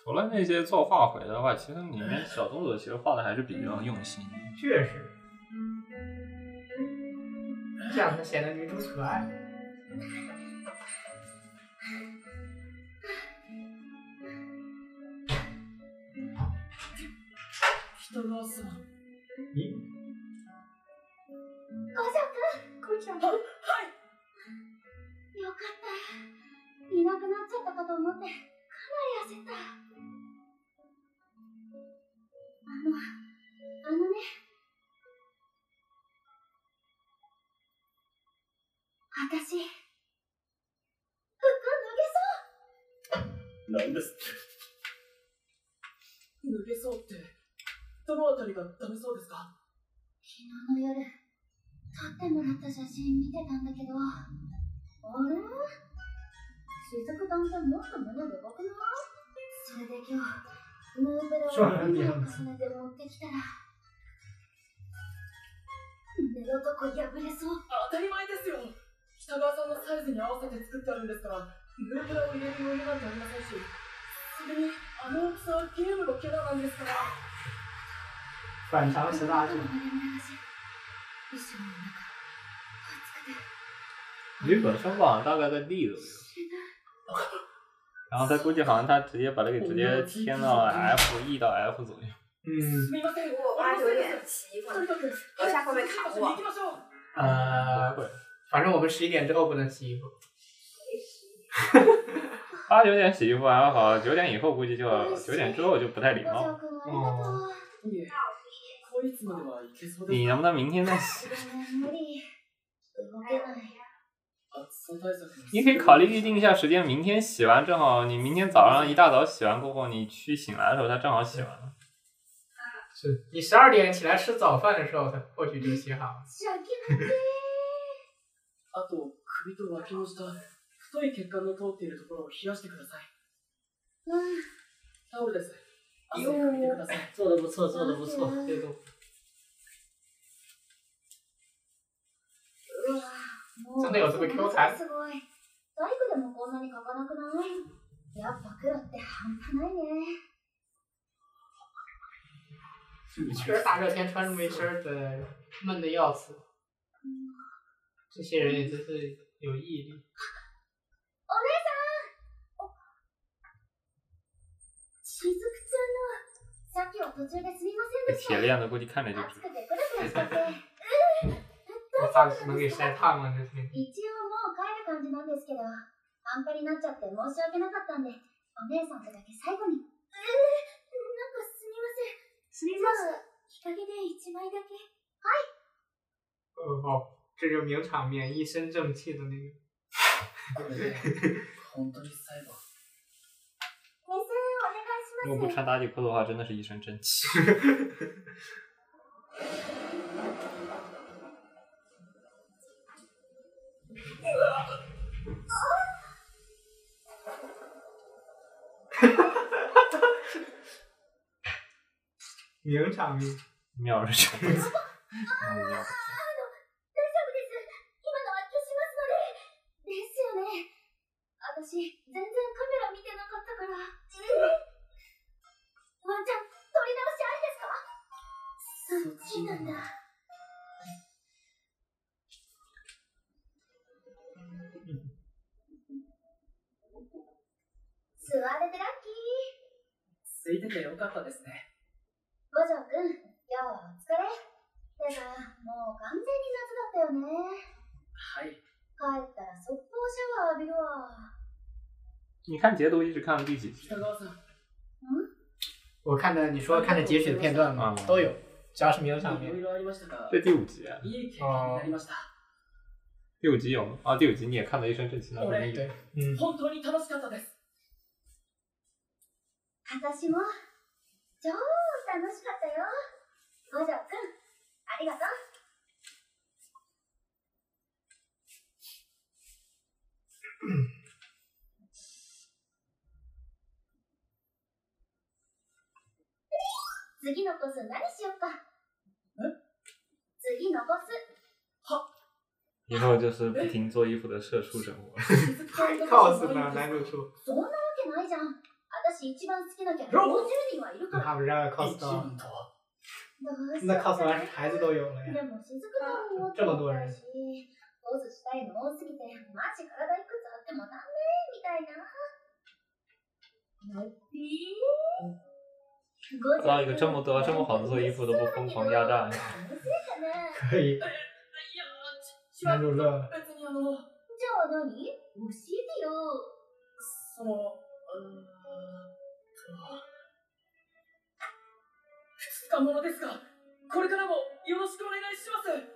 C: 除了那些做画回的话，其实里面小动作其实画的还是比较用心。
B: 确实。这样才显得女主可爱。
D: 北川さん
B: 咦，
E: ゴジャ君ゴジャはいよかったいなくなっちゃったかと思ってかなり焦ったあのあのね私服脱げそ
D: な
E: う
D: んです抜けそうってどのあたりがダメそうですか
E: 昨日の夜撮ってもらった写真見てたんだけどあれ雫だんだんもっと胸でかくないそれで今日ヌーブラを何枚重ねて持ってきたら腕のとこ破れそう
D: 当たり前ですよ北川さんのサイズに合わせて作ってあるんですからヌーブラを入れる余裕なんてありませんしそれにあの大きさはゲームのキャラなんですから
B: 反常识大
E: 一
B: 全。
E: 緒の中暑くて
C: 日本身膀大概在 D 左右，
E: 死ぬ
C: 然后他估计好像他直接把它给直接添到 F E 到 F 左右。
B: 嗯，
D: すみません
A: 我挖的有点奇
D: と
A: 怪
D: に。かく
A: 楼下会不会卡我
D: 行きましょう
B: 呃
C: 不，会，
B: 反正我们十一点之后不能洗衣服。
C: 他九点洗衣服还好，九点以后估计就九点之后就不太礼
E: 五条
C: 貌。
E: くんありがとう。
D: いえ、こいつまではいけそうです
C: 你能不能明天再洗？
E: 無理。動けない。
D: 暑さ対策も
C: 你可以考虑预定一下时间，明天洗完正好，你明天早上一大早洗完过后，你去醒来的时候，它正好洗完了。
B: 是你十二点起来吃早饭的时候，它或许就洗好了。
E: じゃあ、気持ちいい。
D: あと、首と脇の下、太い血管の通っているところを冷やしてください。
E: うん。
D: タオルです。汗を拭いてください。
H: 做的不错，做的不错。
B: 这个
E: うわもう
B: そんなやつも教材
E: すごい。大工でもこんなに書かなくないやっぱ黒って半端ないね。
B: 你确实大热天穿这么一身的，闷的要死。这些人也真是有毅力。
E: しずくちゃんの、さっきは途中ですみませ
C: 这
E: んでし
C: 铁
E: た。
C: 链子估计看着就
E: 暑
C: 知道。
E: くてグラグラしちゃって。
B: 我操，能给晒烫了这天
E: 一応もう帰る感じなんですけど、パンパになっちゃって申し訳なかったんで、お姉さんとだけ最後に。えー、なんかすみません。すみません。日陰で一枚だけ。
B: 呃哦，这就名场面，一身正气的那个。
D: これで、本当に最後。
E: 目線お願いします。
C: 如果不穿打底裤的话，真的是一身正气。
B: 名场面，
C: 妙是这样子，嗯妙
E: 大丈夫です。今のは消しますので。ですよね。私、全然カメラ見てなかったから。ワンちゃん、撮り直しありですかそっちなんだ。座れてラッキー。
D: ついててよかったですね。
E: 五条くん、今日はお疲れ。てか、もう完全に夏だったよね。
D: はい。
E: 帰ったら速攻シャワー浴びるわ。
C: 你看截图一直看到第几集
D: 北？川さん、
B: 我看的你说看的截取的片段嘛，都有，只要是名场
D: いろ
B: 面
D: い。ろありましたが、
C: 这第五集啊，
D: いい経験になりました。
C: 第五集有吗？啊，第五集你也看到一身正气，那肯定有
B: 对。，嗯，
D: 本当に楽しかったです。
E: 私も、超楽しかったよ。五条くん、ありがとう。次のコス何しよっか。次のコス。
C: 以后就是不停做衣服的社畜生活。
B: cos 呢，男主说，
E: そんなわけないじゃん。私一番好きなキャラ
B: ロボ
E: 50人はいるから。
B: 他们让
D: 一
B: cos 到，
D: とは
E: どうしよ
B: 那
E: うか
B: cos
E: な
B: 完孩子都有了
E: で
B: 呀。
E: も雫だも
B: 这么多人
E: し、ポーズしたいの多すぎて、マジ体いくつあってもなんねえみたいな。え
C: 不知道一个这么多这么好的做衣服都不疯狂压榨一下。
B: 可以，
D: ち
B: 男主乐了，
D: 別にあの、
E: じゃあ何教えてよ。
D: その、うーんと、二日ものですが、これからもよろしくお願いします。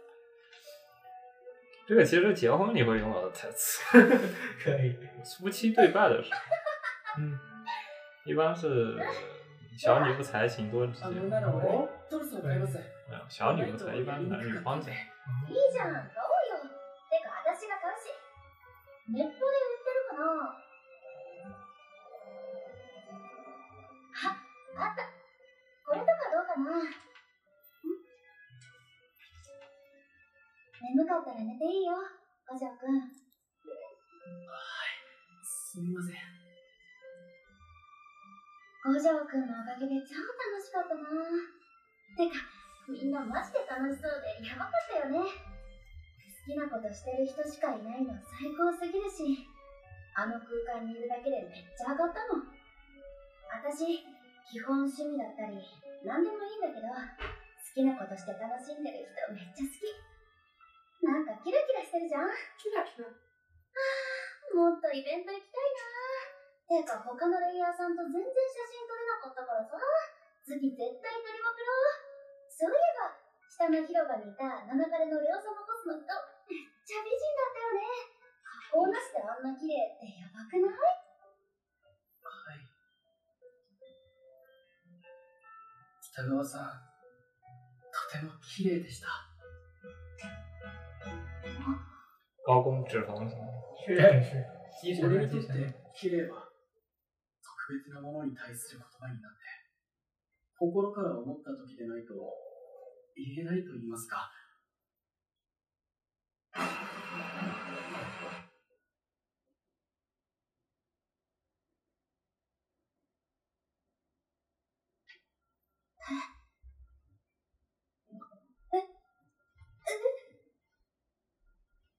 C: 这个其实结婚你会用到的台词，
B: 可以，
C: 夫妻对拜的时候，
B: 嗯，
C: 一般是小女不才，请多指教。
D: あの、なら俺
B: 哦
C: 没、
D: トルスを買います。
C: 有小女不才，一般男女双讲。
E: いいじゃん、買おうよ。てか、私が買うし。ネットで売ってるかなあ、あった。これとかどうかな。眠かったら寝ていいよ、お嬢くん。
D: すみません。
E: 五条くんのおかげで超楽しかったなてかみんなマジで楽しそうでやばかったよね好きなことしてる人しかいないの最高すぎるしあの空間にいるだけでめっちゃ上がったもん私基本趣味だったり何でもいいんだけど好きなことして楽しんでる人めっちゃ好きなんかキラキラしてるじゃんキラキラあーもっとイベント行きたいなてか他のレイヤーさんと全然写真撮れなかったからさ次絶対撮りまくろうそういえば下の広場にいた七枯れのレオ様コスの人めっちゃ美人だったよね格好なしであんな綺麗ってやばくない
D: はい。北川さん、とても綺麗でした。
C: 高空脂肪酸。
B: 确实是，鸡神
D: 俺
B: 的
D: にと
B: 鸡
D: っ
B: 神。
D: て綺麗は特別なものに対する言葉になって心から思った時でないと言えないと言いますか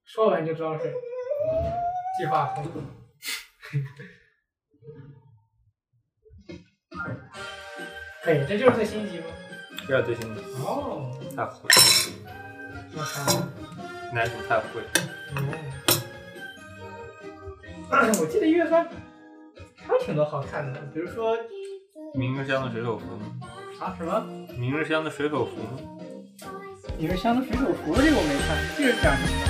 B: 说完就知道是计划通。 可以，哎这就是最新一集吗？
C: 不要最新的，
B: 哦，
C: 太会，
B: 我操！
C: 男主太会。
B: 我记得一月番还有挺多好看的，比如说
C: 明日香的水手服，
B: 啊什么
C: 明日香的水手服，
B: 《女人香的水手服》这个我没看，这是讲什么？